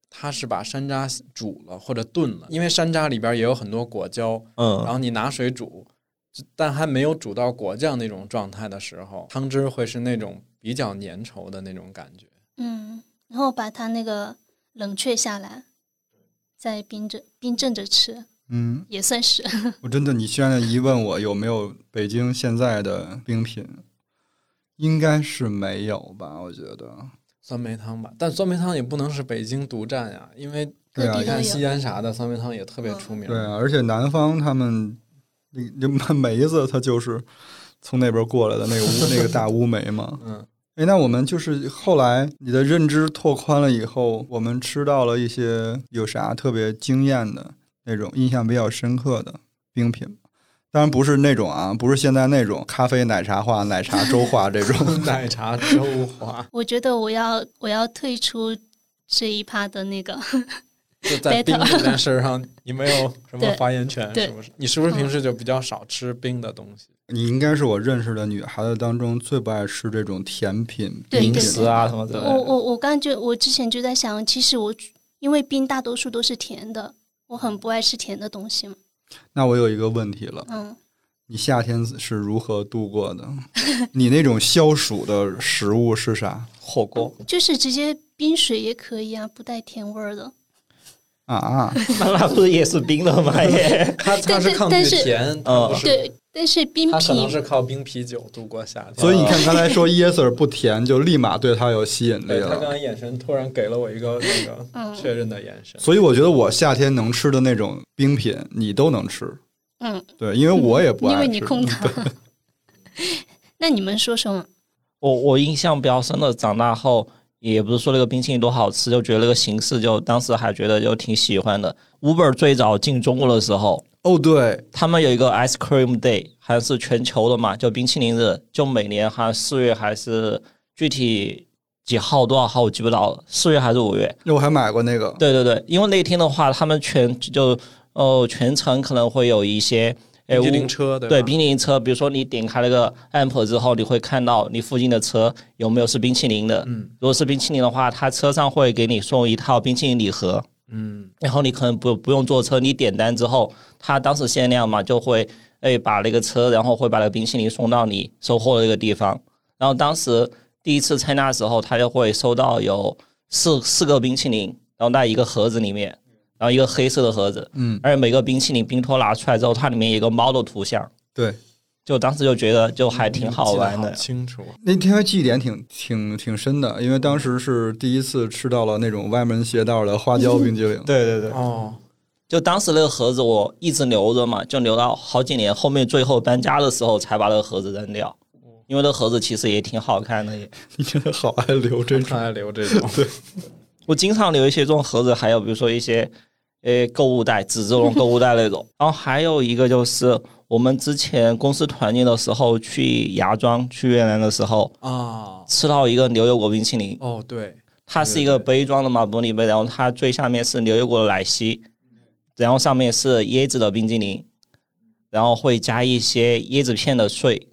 Speaker 3: 它是把山楂煮了或者炖了，因为山楂里边也有很多果胶，然
Speaker 5: 嗯，
Speaker 3: 后你拿水煮，就但还没有煮到果酱那种状态的时候，汤汁会是那种比较粘稠的那种感觉。
Speaker 1: 嗯，然后把它那个冷却下来，再冰着冰镇着吃，
Speaker 4: 嗯，
Speaker 1: 也算是
Speaker 4: 我真的，你现在一问我有没有北京现在的冰品，应该是没有吧？我觉得，
Speaker 3: 酸梅汤吧，但酸梅汤也不能是北京独占呀、因为
Speaker 1: 各
Speaker 4: 对啊
Speaker 1: 地
Speaker 3: 你
Speaker 1: 都
Speaker 3: 看西
Speaker 1: 有。
Speaker 3: 安啥的，酸梅汤也特别出名。
Speaker 4: 对 啊，而且南方他们那就梅子，它就是从那边过来的那个乌那个大乌梅嘛。
Speaker 3: 嗯，。
Speaker 4: 哎，那我们就是后来你的认知拓宽了以后，我们吃到了一些有啥特别惊艳的那种印象比较深刻的冰品吗当然不是那种啊，不是现在那种咖啡奶茶化、奶茶粥化这种
Speaker 3: 奶茶粥花
Speaker 1: 我觉得我要我要退出这一趴的那个，
Speaker 3: 就在
Speaker 1: Better
Speaker 3: 冰这件事上，你没有什么
Speaker 1: 对
Speaker 3: 发言权，
Speaker 1: 对
Speaker 3: 是不是？你是不是平时就比较少吃冰的东西？
Speaker 4: 你应该是我认识的女孩子当中最不爱吃这种甜品、
Speaker 1: 对对
Speaker 4: 冰品
Speaker 1: 对
Speaker 5: 词啊什么之类
Speaker 1: 我
Speaker 5: 的。
Speaker 1: 我我刚就我之前就在想，其实我因为冰大多数都是甜的，我很不爱吃甜的东西嘛，
Speaker 4: 那我有一个问题了，
Speaker 1: 嗯，
Speaker 4: 你夏天是如何度过的？你那种消暑的食物是啥
Speaker 5: 火锅，
Speaker 1: 就是直接冰水也可以啊，不带甜味儿的。
Speaker 4: 啊？
Speaker 5: 那那不是也是冰的 吗？也
Speaker 3: 他他是
Speaker 1: 但
Speaker 3: 抗拒
Speaker 1: 但是
Speaker 3: 甜，他不
Speaker 5: 嗯
Speaker 3: 是，
Speaker 1: 对，但是冰
Speaker 3: 他可能
Speaker 1: 皮
Speaker 3: 是靠冰啤酒度过夏天。
Speaker 4: 所以你看，刚才说 yes sir 不甜，就立马对他有吸引力
Speaker 3: 呃对他刚
Speaker 4: 了。
Speaker 3: 刚眼神突然给了我一个那个
Speaker 1: 嗯
Speaker 3: 确认的眼神。
Speaker 4: 所以我觉得我夏天能吃的那种冰品，你都能吃。
Speaker 1: 嗯，
Speaker 4: 对，因为我也不爱
Speaker 1: 因
Speaker 4: 吃。
Speaker 1: 为你控糖。 那你们说什么？
Speaker 5: 我我印象比较深的，长大后也不是说那个冰淇淋多好吃，就觉得那个形式就当时还觉得就挺喜欢的。Uber 最早进中国的时候，
Speaker 4: 哦，对，
Speaker 5: 他们有一个 Ice Cream Day，好像是全球的嘛，就冰淇淋日，就每年好像四月还是具体几号多少号我记不到了，四月还是五月？
Speaker 4: 那我还买过那个。
Speaker 5: 对对对，因为那天的话，他们全就哦、全程可能会有一些。哎
Speaker 3: 冰激
Speaker 5: 乌
Speaker 3: 凌车对
Speaker 5: 对
Speaker 3: 吧
Speaker 5: 冰淇淋车，比如说你点开那个 app 之后，你会看到你附近的车有没有是冰淇淋的。嗯，如果是冰淇淋的话，它车上会给你送一套冰淇淋礼盒。嗯，然后你可能不不用坐车，你点单之后，它当时限量嘛，就会哎把那个车，然后会把那个冰淇淋送到你收货的那个地方。然后当时第一次参加的时候，他就会收到有四四个冰淇淋，然后在一个盒子里面，然后一个黑色的盒子，
Speaker 4: 嗯，
Speaker 5: 而且每个冰淇淋冰托拿出来之后，它里面有一个猫的图像，
Speaker 4: 对，
Speaker 5: 就当时就觉得就还挺好玩
Speaker 3: 嗯记得好
Speaker 5: 的。
Speaker 3: 清楚，
Speaker 4: 那天记忆点挺挺挺深的，因为当时是第一次吃到了那种歪门邪道的花椒冰激凌。
Speaker 2: 对对对，
Speaker 3: 哦，
Speaker 5: 就当时那个盒子我一直留着嘛，就留到好几年后面最后搬家的时候才把那个盒子扔掉，因为那盒子其实也挺好看的。也
Speaker 4: 你真的好爱留这
Speaker 3: 真
Speaker 4: 种。
Speaker 3: 常爱留这种，对，
Speaker 5: 我经常留一些这种盒子，还有比如说一些呃购物袋，纸这种购物袋那种。然后还有一个就是我们之前公司团建的时候去芽庄去越南的时候，
Speaker 3: 啊，
Speaker 5: 吃到一个牛油果冰淇淋，
Speaker 3: 哦，对，
Speaker 5: 它是一个杯装的嘛，玻璃杯，然后它最下面是牛油果的奶昔，然后上面是椰子的冰激凌，然后会加一些椰子片的碎，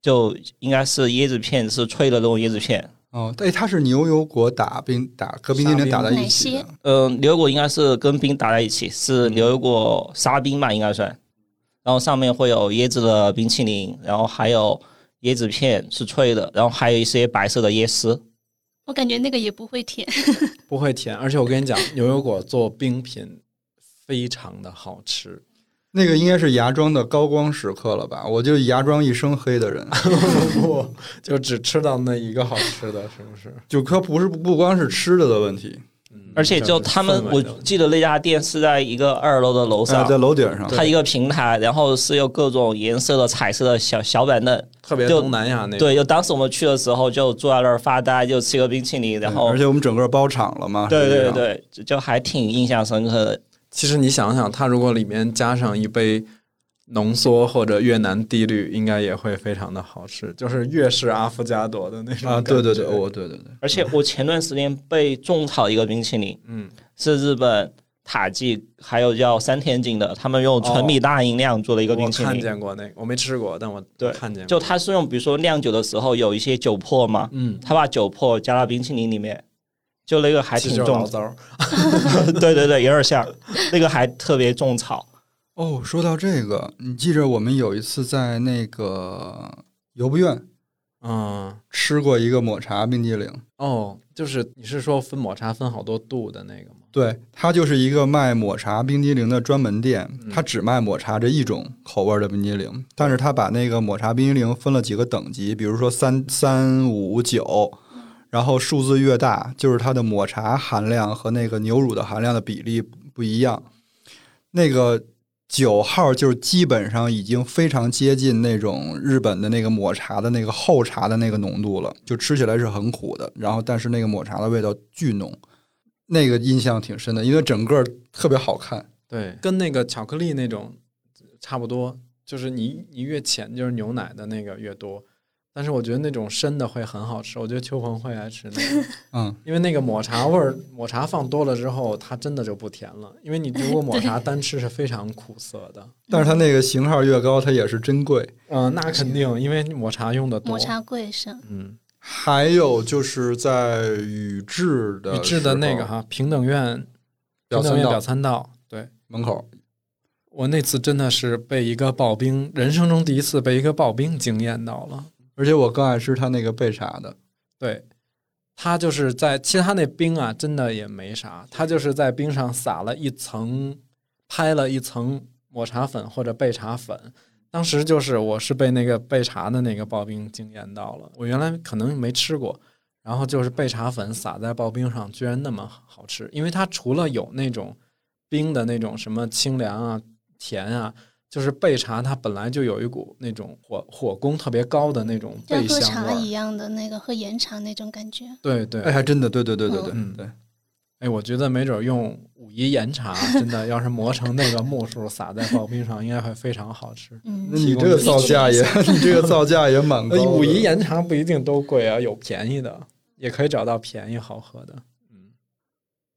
Speaker 5: 就应该是椰子片是脆的那种椰子片。
Speaker 4: 哦，对，它是牛油果打冰打和冰激凌打在一起
Speaker 1: 沙
Speaker 4: 的。
Speaker 5: 嗯、牛油果应该是跟冰打在一起，是牛油果沙冰吧，应该算。然后上面会有椰子的冰淇淋，然后还有椰子片是脆的，然后还有一些白色的椰丝。
Speaker 1: 我感觉那个也不会甜，
Speaker 3: 不会甜，而且我跟你讲，牛油果做冰品非常的好 吃，
Speaker 4: 那个应该是芽庄的高光时刻了吧？我就芽庄一生黑的人，
Speaker 3: 不就只吃到那一个好吃的，是嗯不是？
Speaker 4: 就可不是不光是吃的的问题，
Speaker 5: 而且就他们，我记得那家店是在一个二楼的楼
Speaker 4: 啊，
Speaker 5: 上，
Speaker 4: 在楼顶上，
Speaker 5: 它一个平台，然后是有各种颜色的彩色的小小板凳。
Speaker 3: 特别
Speaker 5: 就
Speaker 3: 东南亚那种，
Speaker 5: 对，就当时我们去的时候就坐在那儿发呆，就吃个冰淇淋，然
Speaker 4: 嗯
Speaker 5: 后
Speaker 4: 而且我们整个包场了嘛，
Speaker 5: 对对
Speaker 4: 实际上，
Speaker 5: 对，就就还挺印象深刻的。
Speaker 3: 其实你想想，它如果里面加上一杯浓缩或者越南地绿，应该也会非常的好吃，就是越是阿芙加朵的那种
Speaker 4: 啊，
Speaker 3: 感
Speaker 4: 对对对，
Speaker 3: 觉
Speaker 4: 我对对对，
Speaker 5: 而且我前段时间被种草一个冰淇淋，
Speaker 3: 嗯，
Speaker 5: 是日本塔记还有叫山田井的，他们用纯米大吟酿做的一个
Speaker 3: 哦我
Speaker 5: 冰淇
Speaker 3: 看
Speaker 5: 淋。
Speaker 3: 见过那个，我没吃过，但我
Speaker 5: 对
Speaker 3: 看见过，
Speaker 5: 就它是用，比如说酿酒的时候有一些酒粕嘛，
Speaker 3: 嗯，
Speaker 5: 他把酒粕加到冰淇淋里面，就那个还
Speaker 3: 其实
Speaker 5: 挺
Speaker 3: 就是
Speaker 5: 种
Speaker 3: 醪糟儿，
Speaker 5: 对对对，有点像， 那个还特别种草。
Speaker 4: 哦，说到这个，你记着我们有一次在那个游步院
Speaker 3: 嗯，
Speaker 4: 吃过一个抹茶冰激凌，
Speaker 3: 哦，就是你是说分抹茶分好多度的那个吗？
Speaker 4: 对，它就是一个卖抹茶冰激凌的专门店，它只卖抹茶这一种口味儿的冰激凌，但是它把那个抹茶冰激凌分了几个等级，比如说三三五九，然后数字越大，就是它的抹茶含量和那个牛乳的含量的比例不一样。那个九号就是基本上已经非常接近那种日本的那个抹茶的那个厚茶的那个浓度了，就吃起来是很苦的，然后但是那个抹茶的味道巨浓，那个印象挺深的，因为整个特别好看。
Speaker 3: 对，跟那个巧克力那种差不多，就是你你越浅就是牛奶的那个越多，但是我觉得那种深的会很好吃，我觉得秋鹏会爱吃那个，
Speaker 4: 嗯，
Speaker 3: 因为那个抹茶味儿，抹茶放多了之后，它真的就不甜了，因为你如果抹茶单吃是非常苦涩 的，
Speaker 4: 但是它那个型号越高，它也是珍贵。
Speaker 3: 嗯、那肯定，因为抹茶用的多
Speaker 1: 抹，茶贵是
Speaker 3: 嗯，
Speaker 4: 还有就是在宇治的
Speaker 3: 宇治的那个
Speaker 4: 时候
Speaker 3: 哈平等院，
Speaker 4: 表
Speaker 3: 平等
Speaker 4: 参
Speaker 3: 院
Speaker 4: 道
Speaker 3: 表参道，对。
Speaker 4: 门口，
Speaker 3: 我那次真的是被一个刨冰，人生中第一次被一个刨冰惊艳到了。
Speaker 4: 而且我更爱吃它那个焙茶的，
Speaker 3: 对，它就是在，其实它那冰啊，真的也没啥，它就是在冰上撒了一层，拍了一层抹茶粉或者焙茶粉。当时就是我是被那个焙茶的那个刨冰惊艳到了，我原来可能没吃过，然后就是焙茶粉撒在刨冰上，居然那么好吃，因为它除了有那种冰的那种什么清凉啊、甜啊。就是焙茶，它本来就有一股那种火火功特别高的那种
Speaker 1: 像
Speaker 3: 焙
Speaker 1: 喝
Speaker 3: 香味
Speaker 1: 茶
Speaker 3: 儿
Speaker 1: 一，样的那个喝岩茶那种感觉。
Speaker 3: 对对，
Speaker 4: 哎，还真的，对对对对对
Speaker 3: 嗯
Speaker 4: 对，
Speaker 3: 哎，我觉得没准用武夷岩茶，真的要是磨成那个木数，撒在刨冰上，应该会非常好吃。
Speaker 1: 嗯
Speaker 4: 那，你这个造价也， 你这个造价也蛮高
Speaker 3: 呃，
Speaker 4: 的。
Speaker 3: 武夷岩茶不一定都贵啊，有便宜的，也可以找到便宜好喝的。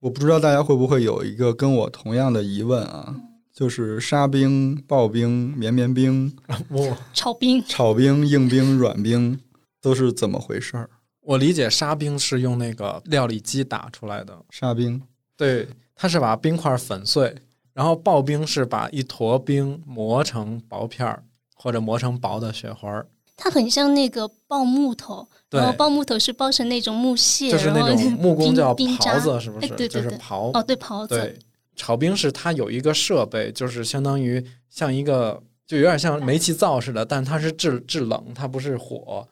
Speaker 4: 我不知道大家会不会有一个跟我同样的疑问啊，就是沙冰、刨冰、绵绵冰、
Speaker 3: 我
Speaker 1: 炒冰
Speaker 4: 炒冰、硬冰、软冰都是怎么回事儿？
Speaker 3: 我理解沙冰是用那个料理机打出来的，
Speaker 4: 沙冰
Speaker 3: 对，它是把冰块粉碎，然后刨冰是把一坨冰磨成薄片儿，或者磨成薄的雪花儿。
Speaker 1: 它很像那个爆木头，
Speaker 3: 对
Speaker 1: 然后爆木头是包成那种木屑，
Speaker 3: 就是那
Speaker 1: 然后
Speaker 3: 种木工叫
Speaker 1: 冰渣
Speaker 3: 刨子，是不是？
Speaker 1: 哎对对
Speaker 3: 就是
Speaker 1: 对
Speaker 3: 刨
Speaker 1: 哦，对，刨子
Speaker 3: 对，炒冰是它有一个设备，就是相当于像一个，就有点像煤气灶似的，但它是制制冷，它不是火。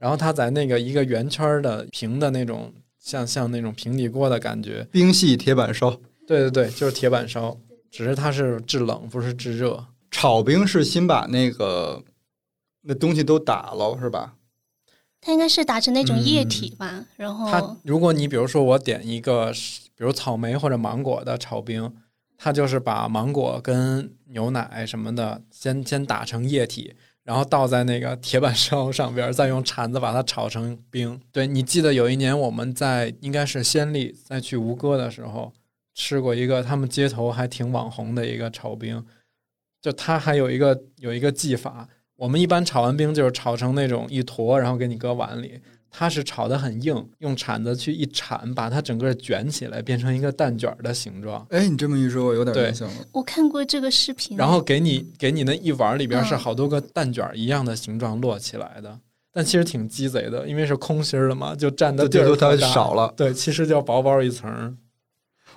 Speaker 3: 然后它在那个一个圆圈儿的平的那种，像像那种平底锅的感觉。
Speaker 4: 冰系铁板烧，
Speaker 3: 对对对，就是铁板烧，只是它是制冷，不是制热。
Speaker 4: 炒冰是先把那个那东西都打了是吧？
Speaker 1: 它应该是打成那种液体吧，然
Speaker 3: 嗯它
Speaker 1: 后
Speaker 3: 如果你比如说我点一个，比如草莓或者芒果的炒冰，它就是把芒果跟牛奶什么的先先打成液体，然后倒在那个铁板烧上边儿，再用铲子把它炒成冰。对你记得有一年我们在应该是先例再去吴哥的时候吃过一个他们街头还挺网红的一个炒冰，就它还有一个有一个技法。我们一般炒完冰就是炒成那种一坨，然后给你搁碗里。它是炒得很硬，用铲子去一铲，把它整个卷起来，变成一个蛋卷儿的形状。
Speaker 4: 哎，你这么一说，我有点
Speaker 3: 对
Speaker 4: 印象了。
Speaker 1: 我看过这个视频，
Speaker 3: 然后给你给你那一碗儿里边是
Speaker 1: 嗯
Speaker 3: 好多个蛋卷儿一样的形状摞起来的，但其实挺鸡贼的，因为是空心儿的嘛，就占的
Speaker 4: 就
Speaker 3: 地
Speaker 4: 就
Speaker 3: 儿
Speaker 4: 它
Speaker 3: 特大
Speaker 4: 少了。
Speaker 3: 对，其实就薄薄一层儿。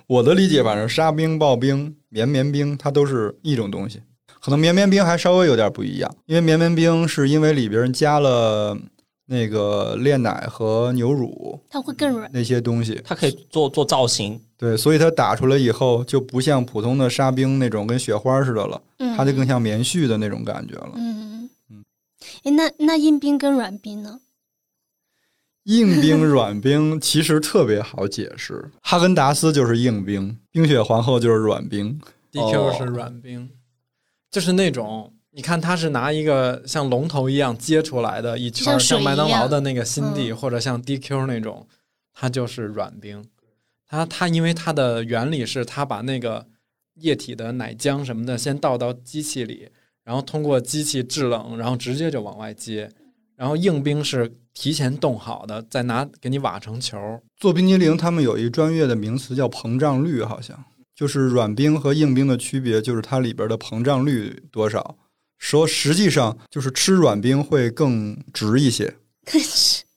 Speaker 4: 我的理解，反正沙冰、刨冰、绵绵冰，它都是一种东西。可能绵绵冰还稍微有点不一样，因为绵绵冰是因为里边加了那个炼奶和牛乳
Speaker 1: 它会更软。
Speaker 4: 那些东西，
Speaker 5: 它可以做做造型，
Speaker 4: 对，所以它打出来以后就不像普通的沙冰那种跟雪花似的了，
Speaker 1: 嗯，
Speaker 4: 它就更像棉絮的那种感觉了。
Speaker 1: 嗯嗯。哎，那那硬冰跟软冰呢？
Speaker 4: 硬冰、软冰 其实特别好解释，哈根达斯就是硬冰，冰雪皇后就是软冰，
Speaker 3: DQ 是软冰，就是那种你看它是拿一个像龙头一样接出来的一圈
Speaker 1: 就
Speaker 3: 儿，
Speaker 1: 像水
Speaker 3: 像麦当
Speaker 1: 一
Speaker 3: 劳
Speaker 1: 样嗯
Speaker 3: 的那个新地、或者像 DQ 那种，它就是软冰。它它因为它的原理是它把那个液体的奶浆什么的先倒到机器里，然后通过机器制冷，然后直接就往外接。然后硬冰是提前冻好的，再拿给你瓦成球儿，
Speaker 4: 做冰激凌，他们有一专业的名词叫膨胀率，好像就是软冰和硬冰的区别，就是它里边的膨胀率多少。说实际上就是吃软冰会更值一些，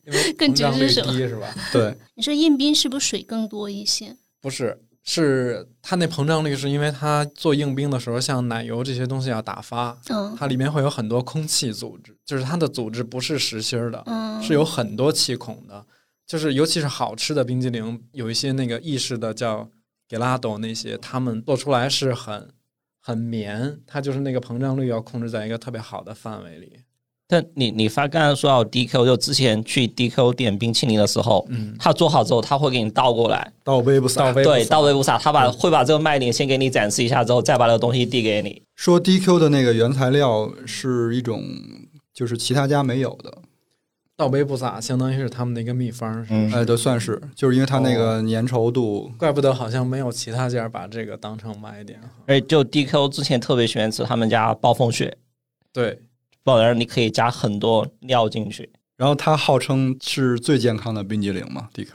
Speaker 3: 因 为
Speaker 1: 更
Speaker 3: 膨
Speaker 1: 直
Speaker 3: 胀率
Speaker 1: 是什么
Speaker 3: 低是吧？
Speaker 4: 对，
Speaker 1: 你说硬冰是不是水更多一些？
Speaker 3: 不是，是它那膨胀率是因为它做硬冰的时候，像奶油这些东西要打发，
Speaker 1: 嗯
Speaker 3: 它里面会有很多空气组织，就是它的组织不是实心儿的，
Speaker 1: 嗯，
Speaker 3: 是有很多气孔的。就是尤其是好吃的冰激凌，有一些那个意式的叫 gelato 那些，他们做出来是很很绵，它就是那个膨胀率要控制在一个特别好的范围里。
Speaker 5: 但你你发刚才说到 DQ，就之前去 DQ 点冰淇淋的时候，
Speaker 3: 嗯，
Speaker 5: 他做好之后，他会给你倒过来，
Speaker 4: 倒杯不洒。
Speaker 3: 杯
Speaker 5: 对，倒杯不洒，他把会把这个卖点先给你展示一下，之后再把这个东西递给你。
Speaker 4: 说 DQ 的那个原材料是一种，就是其他家没有的，
Speaker 3: 倒杯不洒，相当于是他们的一个秘方，是吧
Speaker 5: 嗯
Speaker 4: 哎，对，算是，就是因为它那个粘稠度，
Speaker 3: 怪不得好像没有其他家把这个当成卖点。
Speaker 5: 而且就 DQ 之前特别喜欢吃他们家暴风雪，
Speaker 3: 对，
Speaker 5: 暴然你可以加很多料进去。
Speaker 4: 然后它号称是最健康的冰激凌嘛，DQ，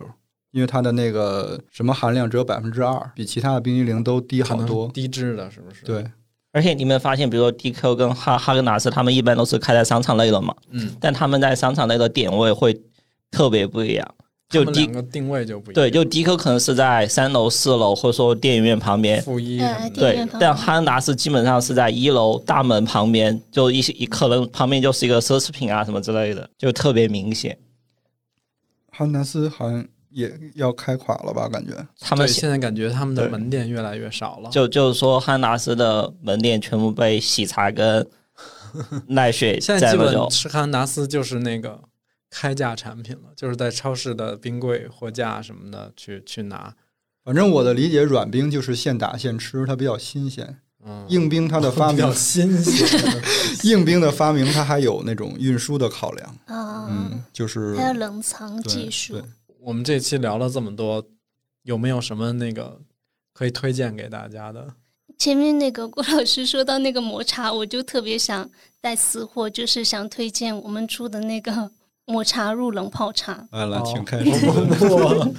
Speaker 4: 因为它的那个什么含量只有百分之二，比其他的冰激凌都低
Speaker 3: 可
Speaker 4: 好
Speaker 3: 能
Speaker 4: 多。
Speaker 3: 低脂的，是不是？，
Speaker 4: 对，
Speaker 5: 而且你有没有发现，比如说 DQ 跟哈哈根达斯，他们一般都是开在商场类的嘛，
Speaker 3: 嗯，
Speaker 5: 但他们在商场类的点位会特别不一样。就
Speaker 3: 他们两
Speaker 5: D
Speaker 3: 个定位就不一样。
Speaker 5: 对，就 DQ 可能是在三楼、四楼，或者说电影院旁边。
Speaker 3: 负一
Speaker 1: 呃
Speaker 3: 什么的
Speaker 1: 店电源
Speaker 5: 嗯对
Speaker 1: 员旁，
Speaker 5: 但哈根达斯基本上是在一楼大门旁边，就一些可能旁边就是一个奢侈品啊什么之类的，就特别明显。
Speaker 4: 汉南斯好像也要开垮了吧？感觉
Speaker 5: 他
Speaker 3: 对
Speaker 5: 们
Speaker 3: 现在感觉他们的
Speaker 5: 对
Speaker 3: 门店越来越少了。
Speaker 5: 就就是说，汉达斯的门店全部被喜茶跟奈雪
Speaker 3: 现在
Speaker 5: 占
Speaker 3: 基
Speaker 5: 了走
Speaker 3: 本。吃汉达斯就是那个开价产品了，就是在超市的冰柜货架什么的去去拿。
Speaker 4: 反正我的理解，软冰就是现打现吃，它比较新鲜。
Speaker 3: 嗯，
Speaker 4: 硬冰它的发
Speaker 3: 比
Speaker 4: 明
Speaker 3: 较，新鲜。
Speaker 4: 硬冰的发明它还有那种运输的考量，
Speaker 1: 啊，
Speaker 4: 嗯，就是
Speaker 1: 还有冷藏
Speaker 4: 对
Speaker 1: 技术
Speaker 4: 对。
Speaker 3: 我们这期聊了这么多，有没有什么那个可以推荐给大 家的？
Speaker 1: 前面那个郭老师说到那个抹茶，我就特别想带私货，就是想推荐我们出的那个 抹茶入冷泡茶。
Speaker 4: 哎，来，
Speaker 3: 哦
Speaker 4: 请开始。
Speaker 3: 我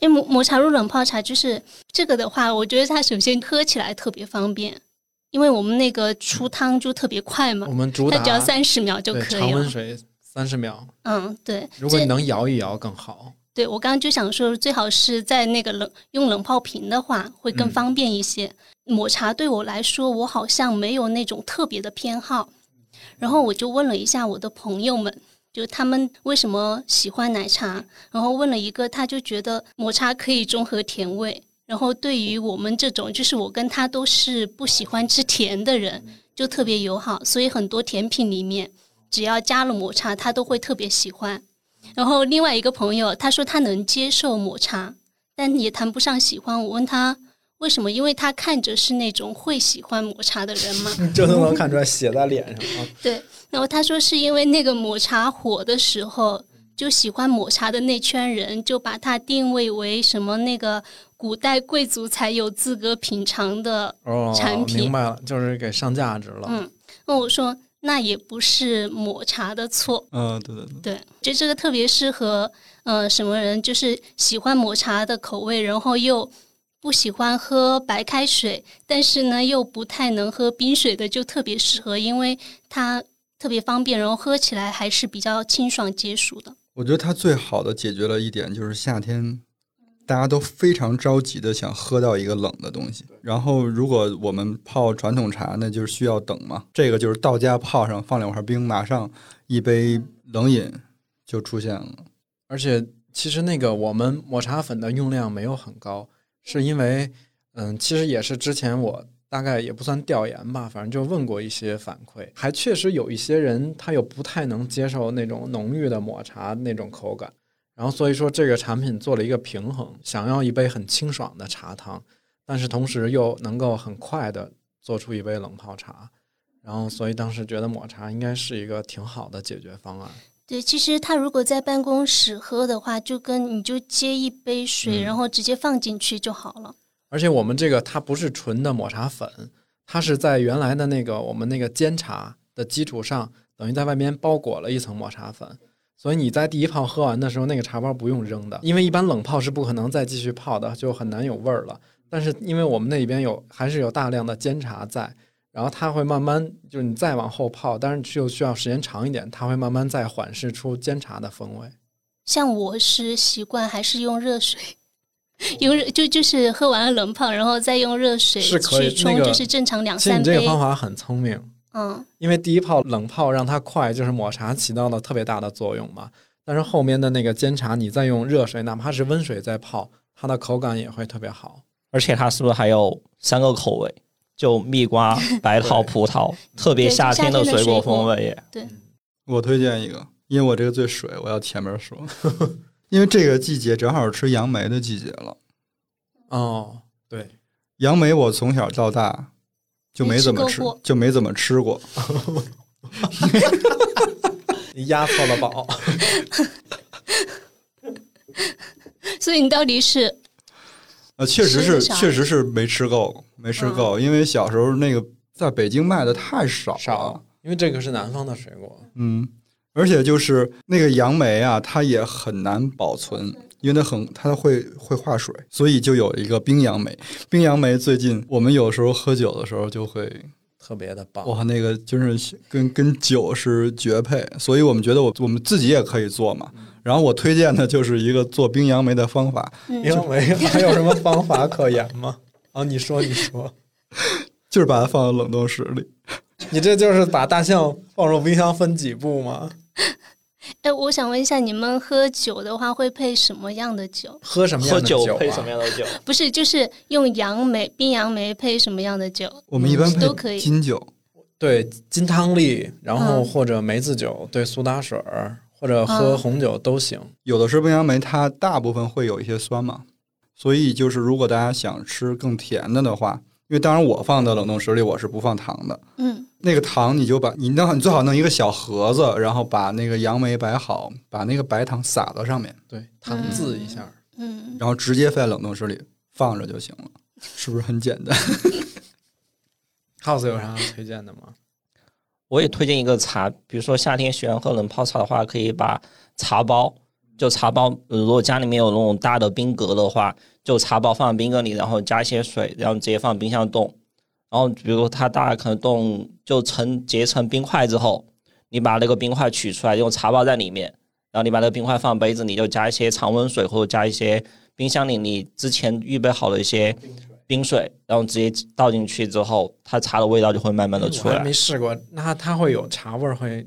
Speaker 1: 因为抹抹茶入冷泡茶就是这个的话，我觉得它首先喝起来特别方便，因为我们那个出汤就特别快嘛
Speaker 3: 我，们主
Speaker 1: 它
Speaker 3: 打
Speaker 1: 只要三十秒就
Speaker 3: 嗯对
Speaker 1: 可
Speaker 3: 常
Speaker 1: 以
Speaker 3: 温
Speaker 1: 了。
Speaker 3: 水三十秒，
Speaker 1: 嗯，对，
Speaker 3: 如果
Speaker 1: 这
Speaker 3: 你能摇一摇更好。
Speaker 1: 对我刚刚就想说，最好是在那个冷用冷泡瓶的话，会更
Speaker 3: 嗯
Speaker 1: 方便一些。抹茶对我来说，我好像没有那种特别的偏好。然后我就问了一下我的朋友们，就他们为什么喜欢奶茶，然后问了一个，他就觉得抹茶可以中和甜味。然后对于我们这种，就是我跟他都是不喜欢吃甜的人，就特别友好。所以很多甜品里面，只要加了抹茶，他都会特别喜欢。然后另外一个朋友，他说他能接受抹茶，但也谈不上喜欢。我问他为什么，因为他看着是那种会喜欢抹茶的人嘛。
Speaker 3: 这都能看出来写在脸上啊！
Speaker 1: 对，然后他说是因为那个抹茶火的时候，就喜欢抹茶的那圈人就把它定位为什么那个古代贵族才有资格品尝的。产
Speaker 3: 哦，
Speaker 1: 品
Speaker 3: 明白了，就是给上价值了。
Speaker 1: 嗯，那我说那也不是抹茶的错，
Speaker 4: 嗯，对对对。
Speaker 1: 对，就这个特别适合呃什么人，就是喜欢抹茶的口味，然后又不喜欢喝白开水，但是呢又不太能喝冰水的，就特别适合，因为它特别方便，然后喝起来还是比较清爽解暑的。
Speaker 4: 我觉得它最好的解决了一点，就是夏天大家都非常着急的想喝到一个冷的东西。然后，如果我们泡传统茶，那就是需要等嘛。这个就是到家泡上，放两块冰，马上一杯冷饮就出现了。
Speaker 3: 而且其实那个我们抹茶粉的用量没有很高，是因为嗯，其实也是之前我大概也不算调研吧，反正就问过一些反馈，还确实有一些人他又不太能接受那种浓郁的抹茶那种口感，然后所以说这个产品做了一个平衡，想要一杯很清爽的茶汤，但是同时又能够很快的做出一杯冷泡茶。然后，所以当时觉得抹茶应该是一个挺好的解决方案。
Speaker 1: 对，其实它如果在办公室喝的话，就跟你就接一杯水，
Speaker 3: 嗯
Speaker 1: 然后直接放进去就好了。
Speaker 3: 而且我们这个它不是纯的抹茶粉，它是在原来的那个我们那个煎茶的基础上，等于在外面包裹了一层抹茶粉。所以你在第一泡喝完的时候，那个茶包不用扔的，因为一般冷泡是不可能再继续泡的，就很难有味儿了。但是因为我们那里边有还是有大量的煎茶在，然后它会慢慢就是你再往后泡，但是就需要时间长一点，它会慢慢再缓释出煎茶的风味。
Speaker 1: 像我是习惯还是用热水，用热就就是喝完了冷泡，然后再用热水
Speaker 3: 是可以
Speaker 1: 去冲，
Speaker 3: 那个
Speaker 1: 就是正常两
Speaker 3: 其实
Speaker 1: 三
Speaker 3: 你这
Speaker 1: 杯
Speaker 3: 个。方法很聪明，
Speaker 1: 嗯，
Speaker 3: 因为第一泡冷泡让它快，就是抹茶起到了特别大的作用嘛。但是后面的那个煎茶，你再用热水，哪怕是温水再泡，它的口感也会特别好。
Speaker 5: 而且它是不是还有三个口味？就 蜜瓜、白桃、葡萄，特别
Speaker 1: 对就
Speaker 5: 夏
Speaker 1: 夏
Speaker 5: 天的
Speaker 1: 天的
Speaker 5: 水
Speaker 1: 水
Speaker 5: 果
Speaker 1: 果
Speaker 5: 风味耶。
Speaker 4: 我推荐一个，因为我这个最水，我要前面说，因为这个季节正好是吃杨梅的季节了。
Speaker 3: 哦，对，
Speaker 4: 杨梅我从小到大就没怎么
Speaker 1: 没
Speaker 4: 吃
Speaker 1: 吃过，
Speaker 4: 就没怎么吃过。
Speaker 3: 你押错了宝。
Speaker 1: 所以你到底是
Speaker 4: 呃，确实是，
Speaker 1: 吃的少
Speaker 4: 确实是没吃够，没
Speaker 1: 嗯
Speaker 4: 吃够，因为小时候那个在北京卖的太少了
Speaker 3: 少，因为这个是南方的水果。
Speaker 4: 嗯，而且就是那个杨梅啊，它也很难保存，因为它很它会会化水，所以就有一个冰杨梅。冰杨梅最近我们有时候喝酒的时候就会，
Speaker 3: 特别的棒，
Speaker 4: 哇，那个就是跟跟酒是绝配，所以我们觉得我我们自己也可以做嘛。然后我推荐的就是一个做冰杨梅的方法，
Speaker 3: 因为还有什么方法可言吗？啊，你说，你说，
Speaker 4: 就是把它放到冷冻室里。
Speaker 3: 你这就是把大象放入冰箱分几步吗？
Speaker 1: 哎，我想问一下，你们喝酒的话会配什么样的酒？
Speaker 3: 喝什么样
Speaker 5: 喝
Speaker 3: 的酒,、啊、
Speaker 5: 配什么样的酒？
Speaker 1: 不是，就是用杨梅、冰杨梅配什么样的酒？
Speaker 4: 我们一般
Speaker 1: 嗯都可
Speaker 4: 配
Speaker 1: 以
Speaker 4: 金酒，
Speaker 3: 对，金汤力，然后
Speaker 1: 嗯
Speaker 3: 或者梅子酒，对，苏打水儿，或者喝
Speaker 1: 嗯
Speaker 3: 红酒都行。
Speaker 4: 有的是冰杨梅，它大部分会有一些酸嘛，所以就是如果大家想吃更甜的的话，因为当然我放到冷冻室里我是不放糖的，
Speaker 1: 嗯，
Speaker 4: 那个糖你就把你弄好，你最好弄一个小盒子，然后把那个杨梅摆好，把那个白糖撒到上面，
Speaker 3: 对，糖渍一下。
Speaker 1: 嗯，
Speaker 4: 然后直接放在冷冻室里放着就行了，是不是很简单？
Speaker 3: House 有啥推荐的 吗？
Speaker 5: 我也推荐一个茶，比如说夏天喜欢喝冷泡茶的话，可以把茶包，就茶包，呃如果家里面有那种大的冰格的话，就茶包放冰格里，然后加一些水，然后直接放冰箱冻。然后比如它大概可能冻就成结成冰块之后，你把那个冰块取出来，用茶包在里面，然后你把那个冰块放杯子里，就加一些常温水或者加一些冰箱里你之前预备好的一些冰水，然后直接倒进去之后，它茶的味道就会慢慢的出
Speaker 3: 我
Speaker 5: 来
Speaker 3: 嗯还。没试过，那它会有茶味儿，会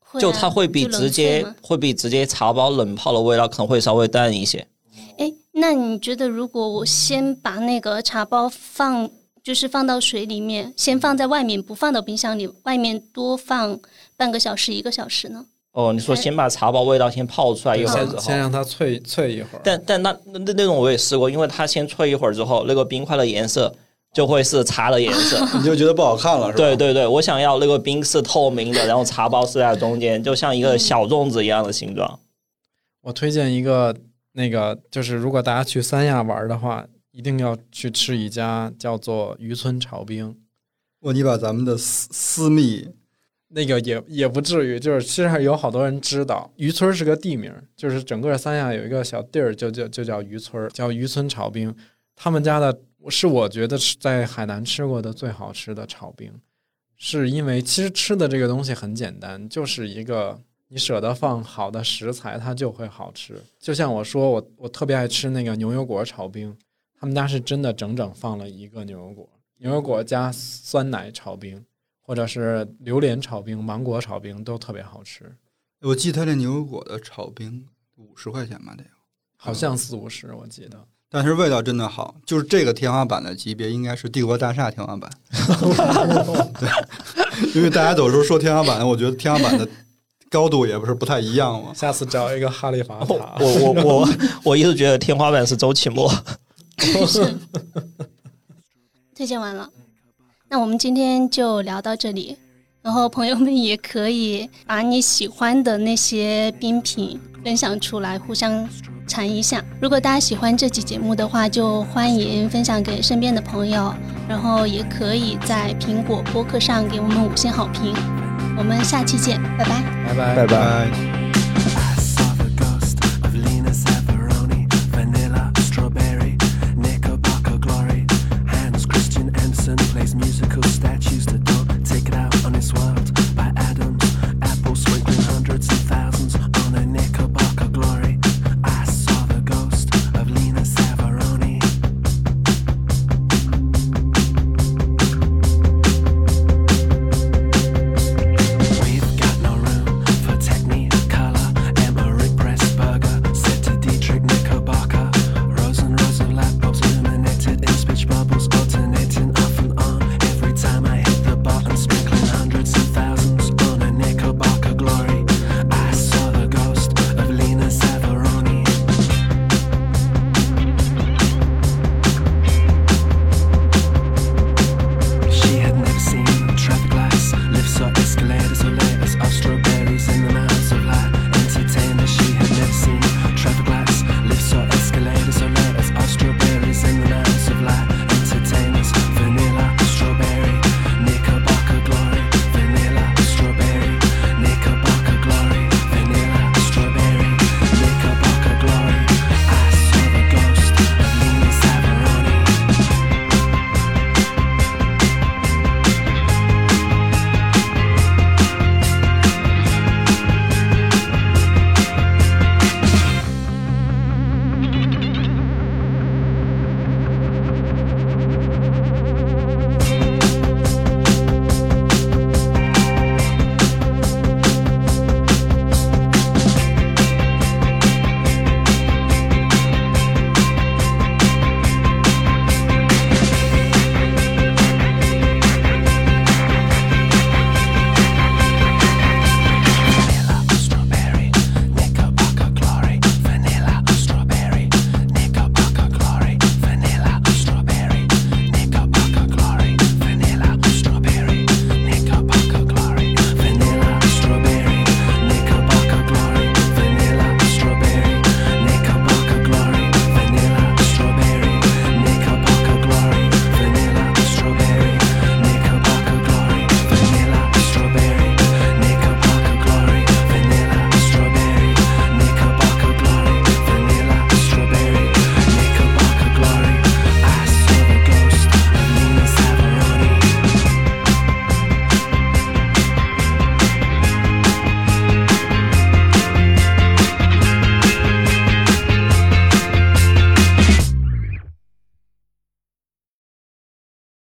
Speaker 1: 会啊
Speaker 5: 就它会比
Speaker 1: 就冷
Speaker 5: 直接
Speaker 1: 萃吗
Speaker 5: 会比直接茶包冷泡的味道可能会稍微淡一些。
Speaker 1: 哎，那你觉得如果我先把那个茶包放，就是放到水里面，先放在外面，不放到冰箱里，外面多放半个小时、一个小时呢？
Speaker 5: 哦，你说
Speaker 1: 对
Speaker 5: 先把茶包味道先泡出来一会儿之
Speaker 3: 先
Speaker 5: 后
Speaker 3: 先，让它萃萃一会儿。
Speaker 5: 但但那那那种我也试过，因为它先萃一会儿之后，那个冰块的颜色就会是茶的颜色。
Speaker 4: 你就觉得不好看了是吧？
Speaker 5: 对对对，我想要那个冰是透明的，然后茶包是在中间，就像一个小粽子一样的形状。
Speaker 3: 我推荐一个，那个就是如果大家去三亚玩的话，一定要去吃一家叫做渔村炒冰。
Speaker 4: 哇，你把咱们的私私密
Speaker 3: 那个也也不至于，就是其实还有好多人知道，渔村是个地名，就是整个三亚有一个小地儿就就就叫渔村，叫渔村炒冰。他们家的是我觉得是在海南吃过的最好吃的炒冰，是因为其实吃的这个东西很简单，就是一个你舍得放好的食材，它就会好吃。就像我说，我我特别爱吃那个牛油果炒冰，他们家是真的整整放了一个牛油果，牛油果加酸奶炒冰。或者是榴莲炒冰、芒果炒冰都特别好吃，
Speaker 4: 我记得它这牛油果的炒冰五十块钱吧得有，
Speaker 3: 好像四五十我记得。
Speaker 4: 但是味道真的好，就是这个天花板的级别应该是帝国大厦天花板。 对，因为大家有时候说天花板，我觉得天花板的高度也不是不太一样嘛。
Speaker 3: 下次找一个哈利法塔，
Speaker 5: 我我我我一直觉得天花板是周奇墨。
Speaker 1: 推荐完了，那我们今天就聊到这里。然后朋友们也可以把你喜欢的那些冰品分享出来，互相馋一下。如果大家喜欢这期节目的话，就欢迎分享给身边的朋友，然后也可以在苹果播客上给我们五星好评。我们下期见，拜拜。
Speaker 3: 拜拜
Speaker 4: 拜拜。
Speaker 6: I saw the ghost of Lena Savaroni, Vanilla, Strawberry, Knickerbocker Glory. Hans Christian Andersen plays musical stairs.